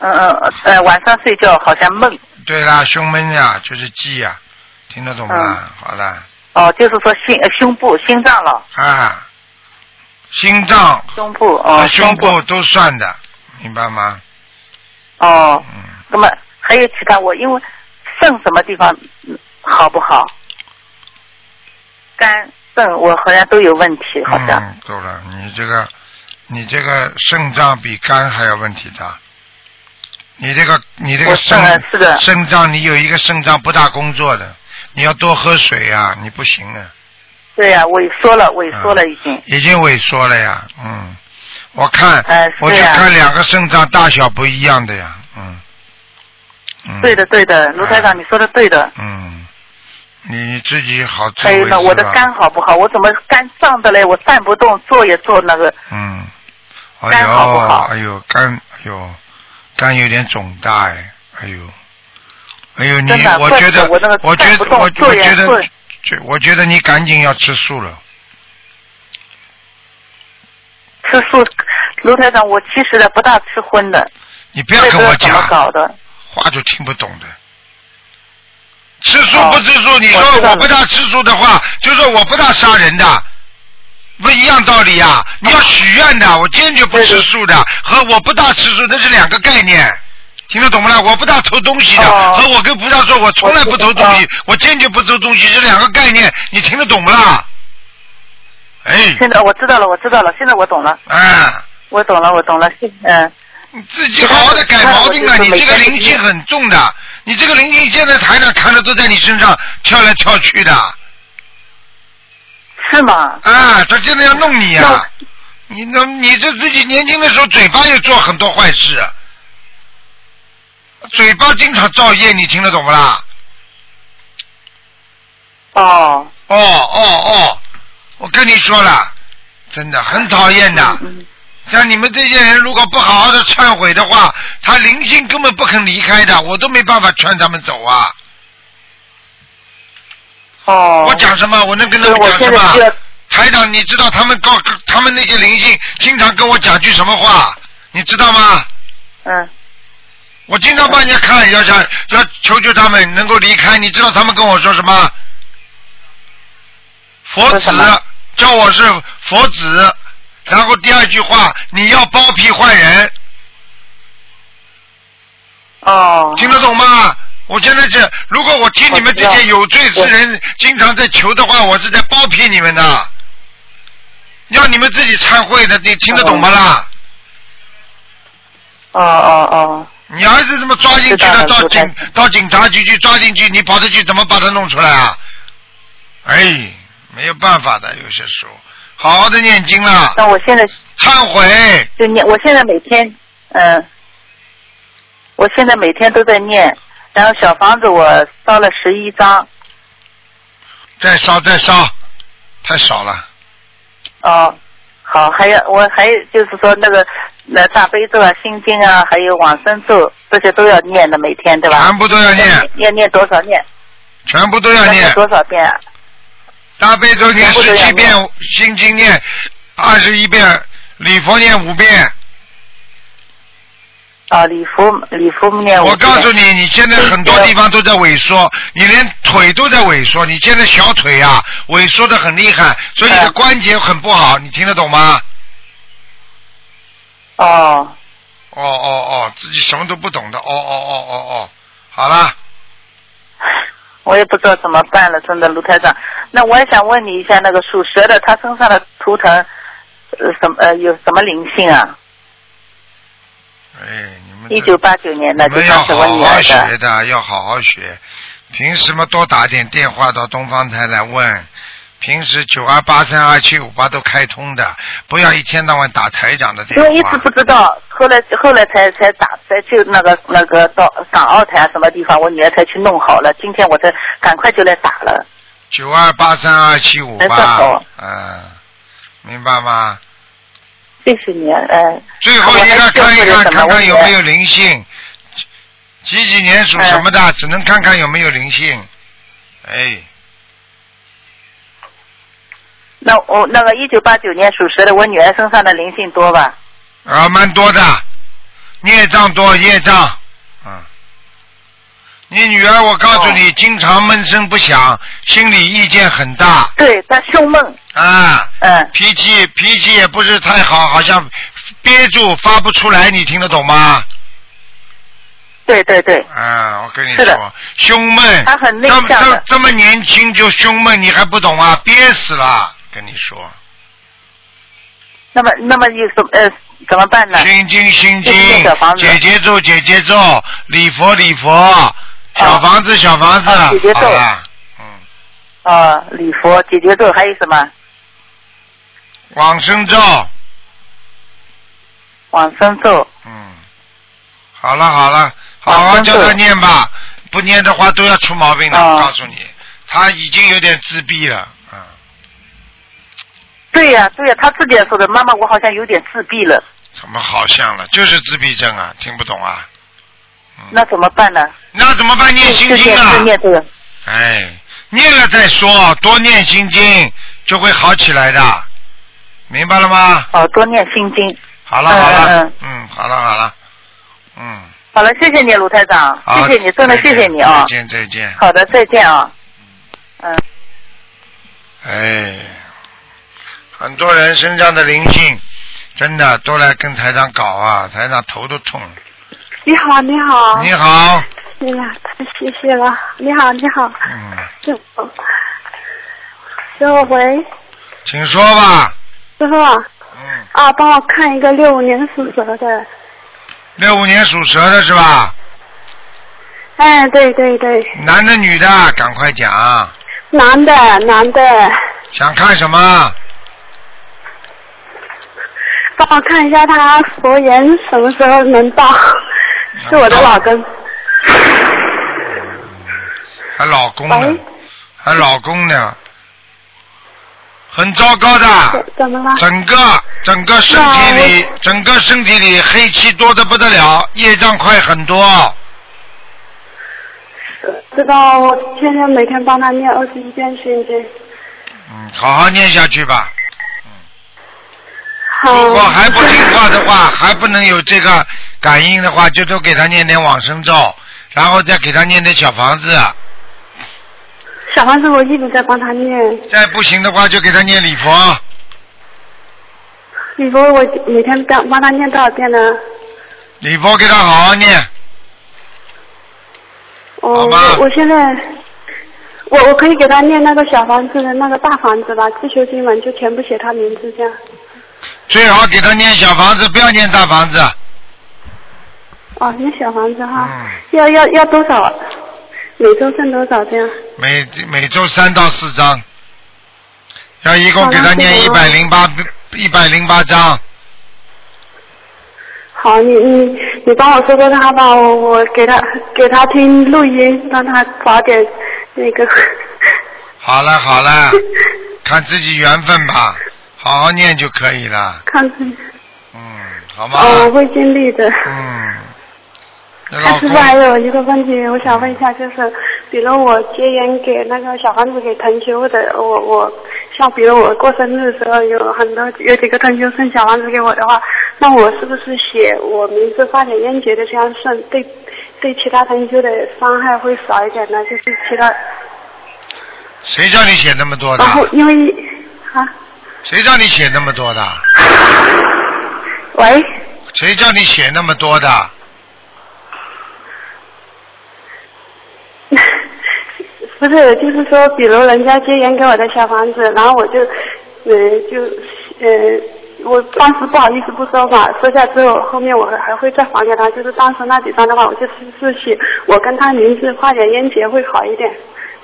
嗯嗯呃，晚上睡觉好像梦。
对啦，胸闷呀、就是悸呀、听得懂吗？
嗯
好啦，
哦，就是说心呃胸部心脏了，
啊，心脏
胸部
和
哦，
胸
部
部都算的，明白吗？
哦。
嗯，
那么还有其他我因为肾什么地方嗯好不好？肝、肾我好像都有问题，好像。
嗯，够了，你这个，你这个肾脏比肝还有问题大。你这个，你这个
我肾啊
肾
是的
肾脏，你有一个肾脏不大工作的，你要多喝水啊，你不行啊。
对呀、萎缩了，萎缩了已经。
已经萎缩了呀，嗯，我看，
呃
我就是
呀
看两个肾脏大小不一样的呀，嗯，嗯
对的，对的，卢台长，你说的对的。
嗯，你自己好自
还有
为
呢，
之
哎我的
吧
肝好不好？我怎么肝胀的嘞？我站不动，坐也坐那个。
嗯，哎
肝
呦，
好不好
哎呦，肝，哎呦，肝有点肿大哎，哎呦，哎呦，你
真的
我
怪
觉
不得
得
我那个，
我觉
站不，
得我
动
我
坐也
觉
坐
得，就我觉得你赶紧要吃素了，
吃素，卢台长，我其实呢不大吃荤的。
你不要跟
这
我
个怎么
讲，
搞的？
话就听不懂的。吃素不吃素？你说我不大吃素的话，就说我不大杀人的，不一样道理啊！你要许愿的，我坚决不吃素的，和我不大吃素那是两个概念，听得懂不啦？我不大偷东西的，和我跟菩萨说我从来不偷东西，我坚决不偷东西是两个概念， [laughs] 你听得懂不啦？哎，
现在我知道了，我知道了，现在我懂了，
哎，
我懂了，我懂了。现嗯，
自己好好的改毛病啊！你这个灵性很重的，你这个灵性现在台上看的都在你身上跳来跳去的。
是吗？
啊，他现在要弄你啊！你那，你这自己年轻的时候嘴巴也做很多坏事，嘴巴经常造业，你听得懂不啦？
哦。
哦哦哦，我跟你说了，真的很讨厌
嗯
的。像你们这些人，如果不好好的忏悔的话，他灵性根本不肯离开的，我都没办法劝他们走啊。
哦。
我讲什么？我能跟他们
我
讲什
现在就
么
要？
台长，你知道他们告他们那些灵性经常跟我讲句什么话，你知道吗？
嗯。
我经常帮人家看，要想要求求他们能够离开，你知道他们跟我说什么？佛子叫我是佛子，然后第二句话你要包庇坏人。
哦。
听得懂吗？我现在是，如果我听你们这些有罪之人经常在求的话，我是在包庇你们的，要你们自己忏悔的，你听得懂吗啦？
哦哦哦。
你儿子怎么抓进去
知道
的？
了
到
我
警
知道
到警察局去抓进去，你跑出去怎么把他弄出来啊？哎，没有办法的，有些时候，好好的念经啦，
那我现在
忏悔。
就念，我现在每天，嗯，我现在每天都在念，然后小房子我烧了十一张，
再烧再烧，太少了。
哦，好，还有我还有就是说那个那大悲咒啊、心经啊，还有往生咒这些都要念的，每天对吧？
全部都要念，
要念多少念？
全部都要念。
多少遍啊？
大悲咒念
全部都
十
要
七
念
遍，心经念二十一遍，礼佛念五遍。
啊，礼服礼服念哎五
我告诉
遍
你，你现在很多地方都在萎缩，你连腿都在萎缩，你现在小腿啊萎缩的很厉害，所以
哎
你的关节很不好，你听得懂吗？
哦
哦哦哦，自己什么都不懂的，哦哦哦哦哦，好啦，
我也不知道怎么办了，真的，卢台长。那我也想问你一下，那个属蛇的，他身上的图腾，呃，什么呃有什么灵性啊？
哎，你们这
一九八九年的，
你
就
们要
当时
好
我女儿
好学
的。
的，要好好学。平时嘛，多打点电话到东方台来问。平时九二八三二七五八都开通的，不要一天到晚打台长的电
因
话。
为一直不知道，后来后来才才打，才去那个那个到港澳台啊什么地方，我女儿才去弄好了。今天我才赶快就来打了。
九二八三二七五
哎正
八
好，
嗯，明白吗？
谢谢你，嗯。
最后一个看一看，看看有没有灵性。几几年属
嗯
什么的，只能看看有没有灵性。哎，
那我那个一九八九年属蛇的，我女儿身上的灵性多吧？
啊，蛮多的，孽障多，业障。嗯，你女儿，我告诉
哦
你，经常闷声不响，心理意见很大。
对，她胸闷。
啊。
嗯。
脾气脾气也不是太好，好像憋住发不出来，你听得懂吗？
对对对。
啊，我跟你
是的
说，胸闷。
她很内
这么
向的
这么这么年轻就胸闷，你还不懂啊？憋死了，跟你说。
那么那么有什么呃怎么办呢？
心经心经
就是那小房，子哦
姐姐咒姐姐咒，礼佛礼佛，小房子小房子，
啊姐姐咒
好了，
啊，礼佛解决咒还有什么？
往生咒，
往生咒，
好了好了，好好叫他念吧，不念的话都要出毛病的。
啊
我告诉你，他已经有点自闭了。
对呀、对呀、他自己也说的，妈妈，我好像有点自闭了，
什么好像了，就是自闭症啊，听不懂啊？
那怎么办呢？嗯
那怎么办？念心经啊
就念这个。
哎，念了再说，多念心经就会好起来的，明白了吗？
哦，多念心经。
好了
嗯
好了，
嗯
嗯，好了好了，嗯，
好了，谢谢你，卢台长，
好，
谢谢你，真的谢
再见
谢你啊
再。见再见。
好的，再见啊。嗯，
哎，很多人身上的灵性，真的都来跟台长搞啊，台长头都痛。
你好，你好。
你。好，
哎呀，太谢谢了。你好，你好。
嗯。
师傅，师傅喂，
请说吧。
师傅。嗯。啊，帮我看一个六五年属蛇的。
六五年属蛇的是吧？
哎，对对对，
男的女的，赶快讲，
男的男的，
想看什么？
帮我看一下他佛缘什么时候能到？是我的老公。
还老公呢？还老公呢？很糟糕的，
怎么了？
整个整个身体里，整个身体里黑气多的不得了，业障快很多。
知道我天天每天帮他念二十一遍心经。
嗯，好好念下去吧。
好。
如果还不听话的话，还不能有这个感应的话，就多给他念点往生咒，然后再给他念点小房子。
小房子我一直在帮他念，
再不行的话，就给他念礼佛。
你说我每天帮帮他念多少遍呢？
礼佛给他好好念，
我哦我现在，我我可以给他念那个小房子的那个大房子吧，自修经文就全部写他名字这样。
最好给他念小房子，不要念大房子。
哦，念小房子哈，要要要多少？啊每周剩多少这样？
每每周三到四章，要一共给他念一
好
百
的
零八一百零八章。
好，你你你帮我说说他吧，我我给他给他听录音，让他早点那个。 [laughs]
好了好了，看自己缘分吧，好好念就可以了，
看看，
好吗？
哦，我会尽力的。
嗯，那
他
老
师
公
傅还有一个问题，我想问一下，就是比如我结缘给那个小房子给同修或者我我像比如我过生日的时候有很多有几个同修送小房子给我的话，那我是不是写我名字发点烟结的这样送，对对其他同修的伤害会少一点呢？就是其他，
谁叫你写那么多的
然？后因为啊，
谁叫你写那么多的？
[laughs] 喂，
谁叫你写那么多的？
[laughs] 不是，就是说，比如人家接缘给我的小房子，然后我就，呃，就，呃，我当时不好意思不说嘛，说下之后，后面我还还会再还给他。就是当时那几张的话，我就是自己，我跟他名字画点烟结会好一点，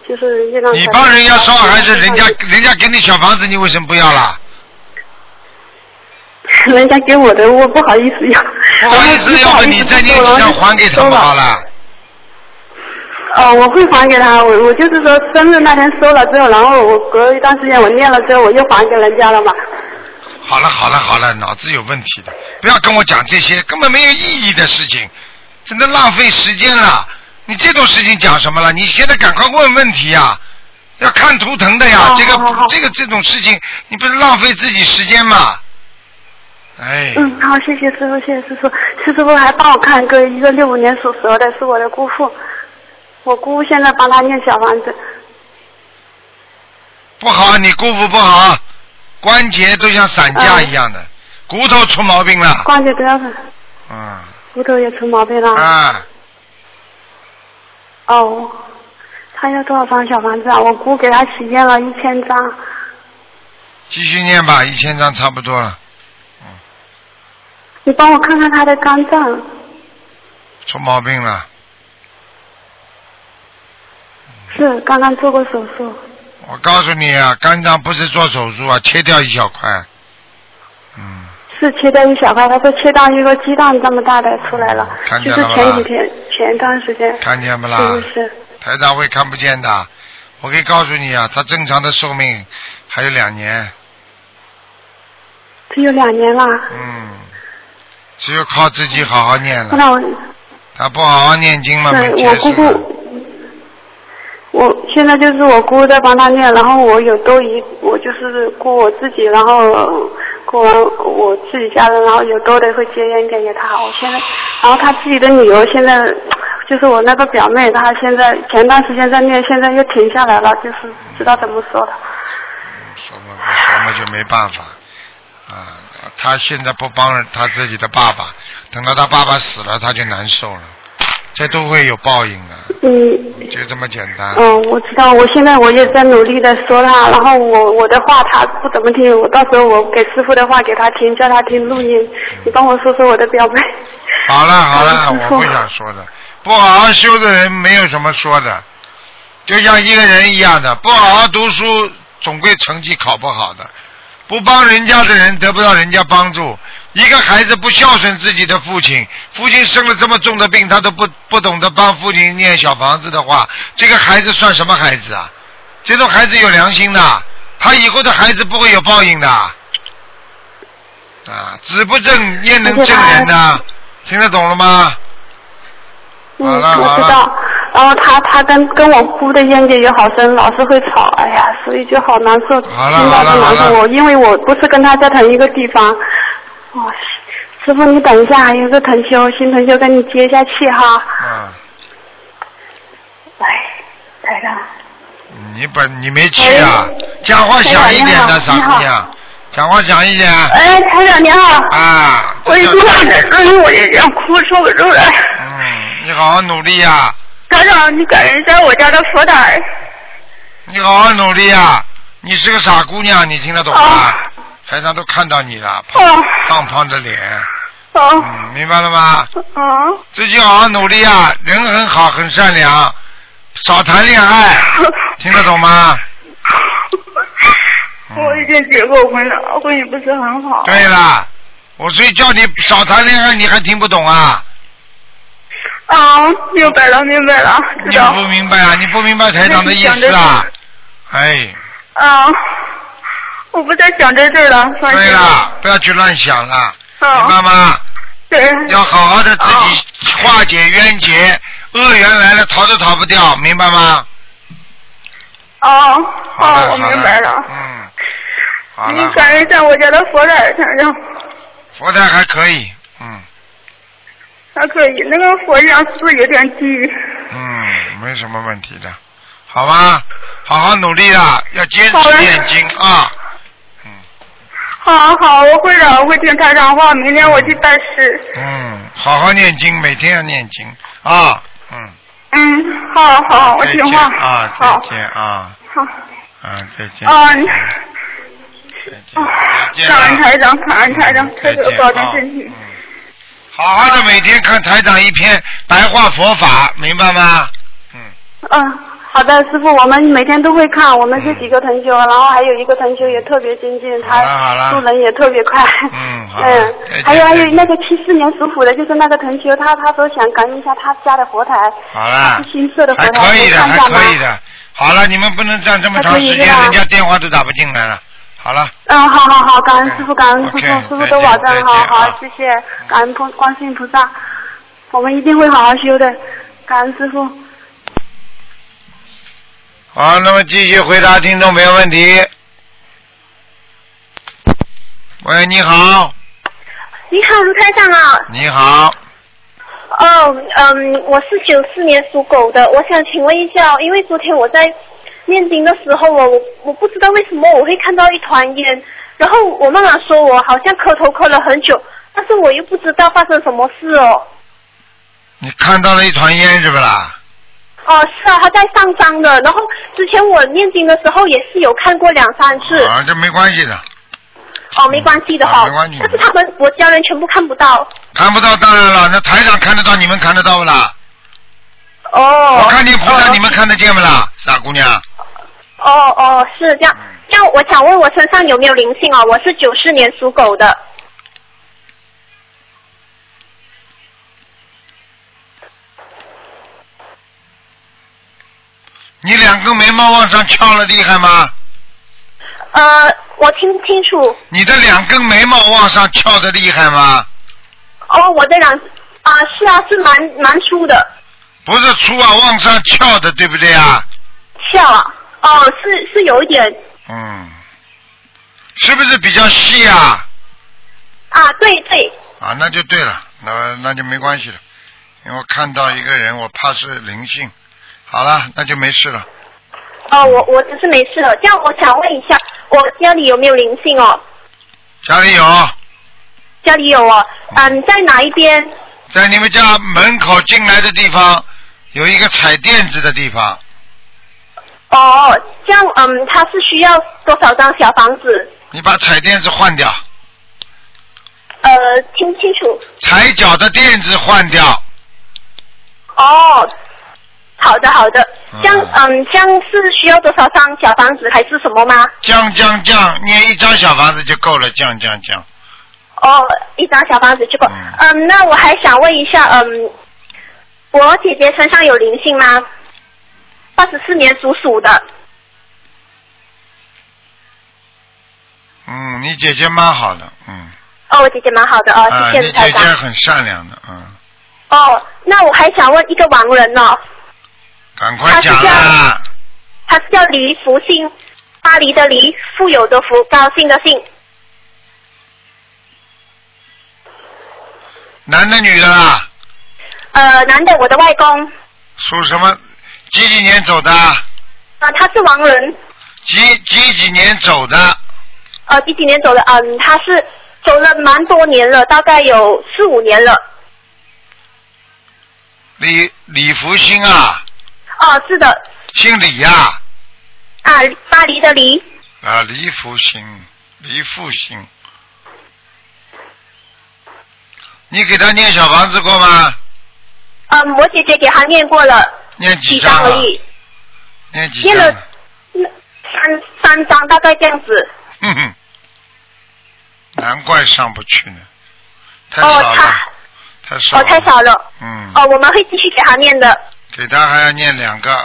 就是月亮。
你帮人家烧还是人家人家给你小房子，你为什么不要啦？
[laughs] 人家给我的，我不好意思要。
不好意
[laughs]
思，要不你再念几张还给他们好了。
哦，我会还给他，我我就是说生日那天收了之后，然后我隔一段时间我念了之后，我又还给人家了嘛。
好了好了好了，脑子有问题的，不要跟我讲这些根本没有意义的事情，真的浪费时间了。你这种事情讲什么了？你现在赶快问问题呀、要看图腾的呀。这个这个这种事情，你不是浪费自己时间吗？哎，
嗯，好，谢谢师傅，谢谢师傅。师傅还帮我看一个一个六五年属蛇的，是我的姑父，我姑父现在帮他念小房子。
不好，你姑父不好，关节都像散架一样的，骨头出毛病了。
关节不要紧，
嗯
骨头也出毛病了。
啊，
哦，他要多少张小房子啊？我姑给他许愿了一千张。
继续念吧，一千张差不多了，
你帮我看看他的肝脏，
出毛病了。
是刚刚做过手术。
我告诉你啊，肝脏不是做手术啊，切掉一小块。嗯，
是切掉一小块，他说切到一个鸡蛋这么大的出来了，
看
就
见
是
嗯了吗
前几天前一段时间，
看见不啦？
是不是？
台长会看不见的。我可以告诉你啊，他正常的寿命还有两年，
这有两年了，
嗯，只有靠自己好好念了。
那我
他不好好念经嘛，没
对
结
我
束
姑
了。
姑，我现在就是我姑姑在帮他念，然后我有多余，我就是顾我自己，然后顾完我自己家人，然后有多的会接烟给给他。我现在，然后他自己的女儿现在就是我那个表妹，她现在前段时间在念，现在又停下来了，就是不知道怎么说了。
说嘛不说嘛就没办法啊。他现在不帮他自己的爸爸，等到他爸爸死了，他就难受了，这都会有报应的，
嗯，
就这么简单。
嗯，我知道，我现在我也在努力的说他，然后我我的话他不怎么听，我到时候我给师傅的话给他听，叫他听录音，你帮我说说我的表妹。
好了好了，
嗯师
我
傅
不想说的。不好好修的人没有什么说的，就像一个人一样的，不好好读书，总归成绩考不好的。不帮人家的人得不到人家帮助。一个孩子不孝顺自己的父亲，父亲生了这么重的病，他都不不懂得帮父亲念小房子的话，这个孩子算什么孩子啊？这种孩子有良心的，他以后的孩子不会有报应的。啊，子不正焉能正人呢、听得懂了吗？
嗯，
好了
我
好
知
了
道。然后他他跟跟我姑的冤结也好深，老是会吵，哎呀，所以就好难受，听到
好
就
了
难受。
好了
我因为我不是跟他在同一个地方。哇、师傅你等一下，有个哦藤修新藤修跟你接一下气哈。哎
嗯，
喂，台长。
你本你没去啊？讲话响一点的，
台长哎
傻
你好
姑娘，讲话响一点。
哎，台长你好，
啊，
我一说到这，哎呦，我也想哭，说不出来。
你好好努力啊呀、
台长，你感应一下我家的佛台。
你好好努力呀、你是个傻姑娘，你听得懂
哦
吗？台上都看到你了，
哦
胖胖的脸，
哦
嗯，明白了吗？
哦
自己好好努力啊，人很好，很善良，少谈
[laughs]
恋爱，听得懂吗？
我已经结过婚了，婚姻不是很好。
对了，我所以叫你少谈恋爱，你还听不懂啊？
啊，明白了，明白了，知
你
道。
不明白啊？你不明白台长的意思啊？哎，
啊，我不再想这事儿了，放
对
心。
了，不要去乱想了，
啊
明白吗？
对。哦
要好好的自己化解冤结，恶缘来了逃都逃不掉，明白吗？
哦，哦，
好了
我
好了
明白了。
嗯，好
你
了，
感应一下我家的佛台，台长。
佛台还可以，嗯
还可以，那个佛像是不是有点低？
嗯，没什么问题的，好吧，好好努力啦，要坚
好
持
嘞
念经啊，
好好，我会的，我会听台长话，明天我去拜师。
嗯，好好念经，每天要念经啊，嗯，
嗯，好好，我
再
听
见
话。
啊，
好
再见啊，
好，
啊，再见，
啊，你
见
感恩
了
台长，感恩台长，台
再见
长保重
啊
身体。
好好的每天看台长一篇白话佛法，明白吗？
嗯，好的，师傅，我们每天都会看，我们这几个同修，然后还有一个同修也特别精进，
好了
他
好了
做人也特别快。
嗯，好，
[laughs] 嗯
再见，
还有还有那个七四年属虎的，就是那个同修，他他说想感应一下他家的佛台，
好了
是，金色的佛
还
台，
可以的，
能看
还
到吗
可以。的。好了，你们不能站这么长时间，
还可以是吧
人家电话都打不进来了。好了，
嗯，好好好，感恩师傅，感恩师傅，
哎
师
OK，
傅
再见
都保
再见
证，好
啊
好，谢谢，感恩观观世音菩萨，我们一定会好好修的，感恩师傅。
好，那么继续回答听众朋友问题。喂，你好，
你好，卢台长啊。
你好，
哦，嗯，我是九四年属狗的，我想请问一下哦，因为昨天我在念经的时候哦，我我不知道为什么我会看到一团烟，然后我妈妈说我好像磕头磕了很久，但是我又不知道发生什么事哦。
你看到了一团烟是不啦？
哦，是啊，它在上张的，然后之前我念经的时候也是有看过两三次，
啊，这没关系的，
哦，没关系的
啊
哈、
没关系
但是他们我家人全部看不到。
看不到当然了，那台长看得到，你们看得到不啦？
哦。
我看见菩萨，你们看得见不啦？傻姑娘，
哦哦，是这样。这样，我想问我身上有没有灵性哦？我是九四年属狗的。
你两根眉毛往上翘了厉害吗？
呃，我听不清楚。
你的两根眉毛往上翘的厉害吗？
哦，我的两啊、是啊，是蛮蛮粗的，
不是粗啊，往上翘的，对不对啊？
翘啊。哦，是是有一点
嗯，是不是比较细啊？
啊，对对，
啊，那就对了，那那就没关系了，因为我看到一个人，我怕是灵性。好了，那就没事了。
哦，我我只是没事了。这样，我想问一下，我家里有没有灵性哦？
家里有，
家里有哦，嗯，在哪一边？
在你们家门口进来的地方有一个踩垫子的地方，
哦，这样，嗯，它是需要多少张小房子？
你把踩垫子换掉，
呃，听不清楚。
踩脚的垫子换掉。
哦，好的好的，这样，嗯，这样是需要多少张小房子还是什么吗？
降降降，念一张小房子就够了，降降降。
哦，一张小房子就够。嗯，那我还想问一下，嗯，我姐姐身上有灵性吗？八十四年属鼠的，
嗯，你姐姐蛮好的，嗯，
哦，我姐姐蛮好的哦，
啊，
谢
你
谢台
姐姐
长。
很善良的，嗯，
哦，那我还想问一个亡人哦，
赶
啊
快讲啦，
他是叫黎福兴，巴黎的黎，富有的福，高兴的兴，
男的女的啦，
呃，男的，我的外公，
属什么？几几年走的？
啊，他是亡人，
几几几年走的？
呃，几几年走的？嗯，他是走了蛮多年了，大概有四五年了。
李李福星啊，
哦，是的，
姓李呀、啊。
啊，巴黎的黎，
啊，黎福星，黎复兴。你给他念小房子过吗？
嗯，我姐姐给他念过了
念几
几
张
张而
啊？
已，
念几
念
张
了
啊？
三三张，大概这样子。
哼哼， [laughs] 难怪上不去呢，太
哦，
少了，
他
太少
哦
了。
太少了，
嗯，
哦，我们会继续给他念的。
给他还要念两个，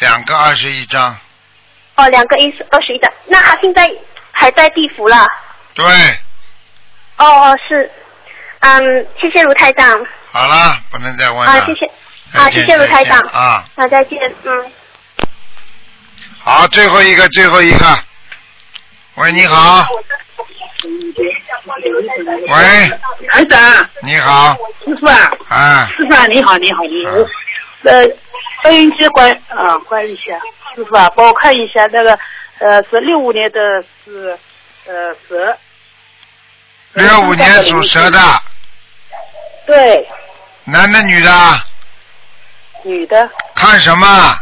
两个二十一张。
哦，两个一十二十一的，那他现在还在地府了。
对，
哦哦是，嗯，谢谢卢台长
好了，不能再问了。
啊，谢谢啊，
再见
谢谢卢台长
再见啊，
啊，再见，嗯，
好，最后一个，最后一个。喂，你好，喂，
台长，
你好，
哎师傅啊，
啊，
师傅啊，你好，你好，你好呃，收音机关啊，关一下，师傅啊，帮我看一下那个呃是六五年的是呃蛇，
六五年属蛇的，
对，
男的女的，
女的，
看什么？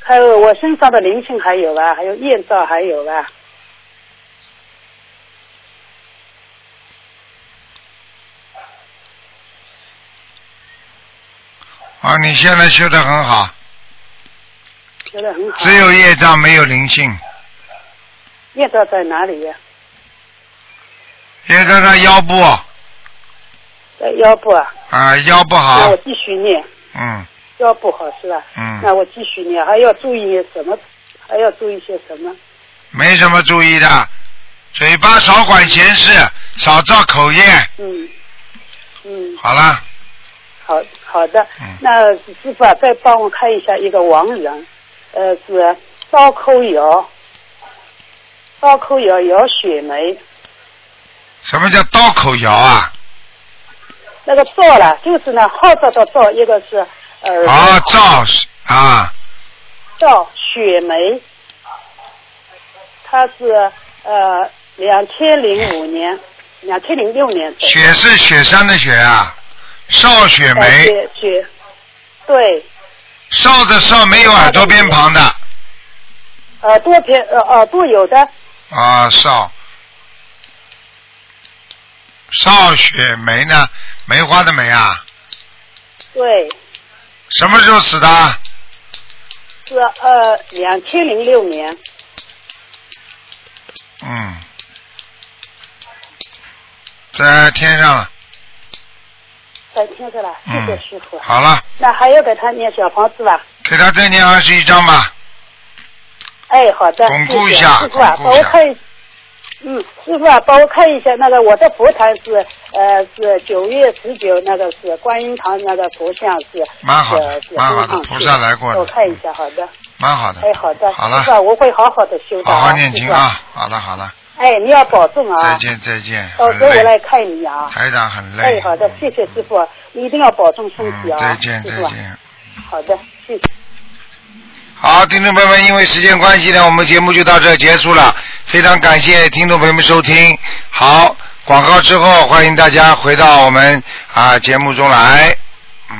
还有我身上的灵性还有啊吧，还有艳照还有啊吧，
啊，你现在修的很好，
觉得很好。啊
只有业障没有灵性，
艳照在哪里呀、啊
业障在腰部
在腰部啊。
啊，腰不
那
好
我，继续念，
嗯
腰不好是吧？那
嗯，
我继续念，还要注意什么？还要注意些什么？
没什么注意的，嘴巴少管闲事，少造口业，
嗯嗯，
好了，
好好的。
嗯
那师傅啊，再帮我看一下一个亡人，呃，是赵扣瑶，赵扣瑶姚雪梅，
什么叫刀口摇啊？
那个赵啦，就是呢号召的赵，一个是呃
啊，照
嗯
啊，
赵雪梅，她是呃两千零五年，两千零六年的
雪是雪山的雪啊，邵雪
呃
梅，
雪雪，对。
邵的邵没有耳朵边旁的
耳朵边呃耳朵有的，
啊，邵，邵雪梅呢？梅花的梅啊？
对，
什么时候死的？
是呃两千零六年，
嗯，在天上了，嗯
在天上了，谢谢师傅。
好了，
那还要给他念小房子吧？
给他再念二十一章吧。
哎，好的，
巩
谢
固一
谢
下
师傅啊，帮
巩固一
我
下
看一，嗯，师傅啊，帮我看一下那个我的佛坛是呃是九月十九那个是观音堂那个佛像是
蛮好的
是是
蛮好的
供上
菩
去
萨来过的
我看一下，好的，
蛮好的，
哎，好的，
好了
师傅啊，我会好好的修的、
好好念经
师傅
啊！好了好了，
哎，你要保重啊！
再见再见，
到
很
时候我来
累，
看你啊。
台长很
哎，
累，嗯
好的，谢谢师傅，啊你一定要保重身体啊，
再见
师
再
傅啊。
见。
好的，谢谢。
好，听众朋友们，因为时间关系呢，我们节目就到这儿结束了。非常感谢听众朋友们收听。好，广告之后，欢迎大家回到我们啊节目中来。嗯，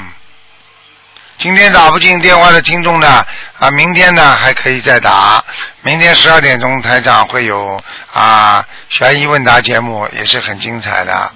今天打不进电话的听众呢，啊，明天呢还可以再打。明天十二点钟，台长会有啊悬疑问答节目，也是很精彩的。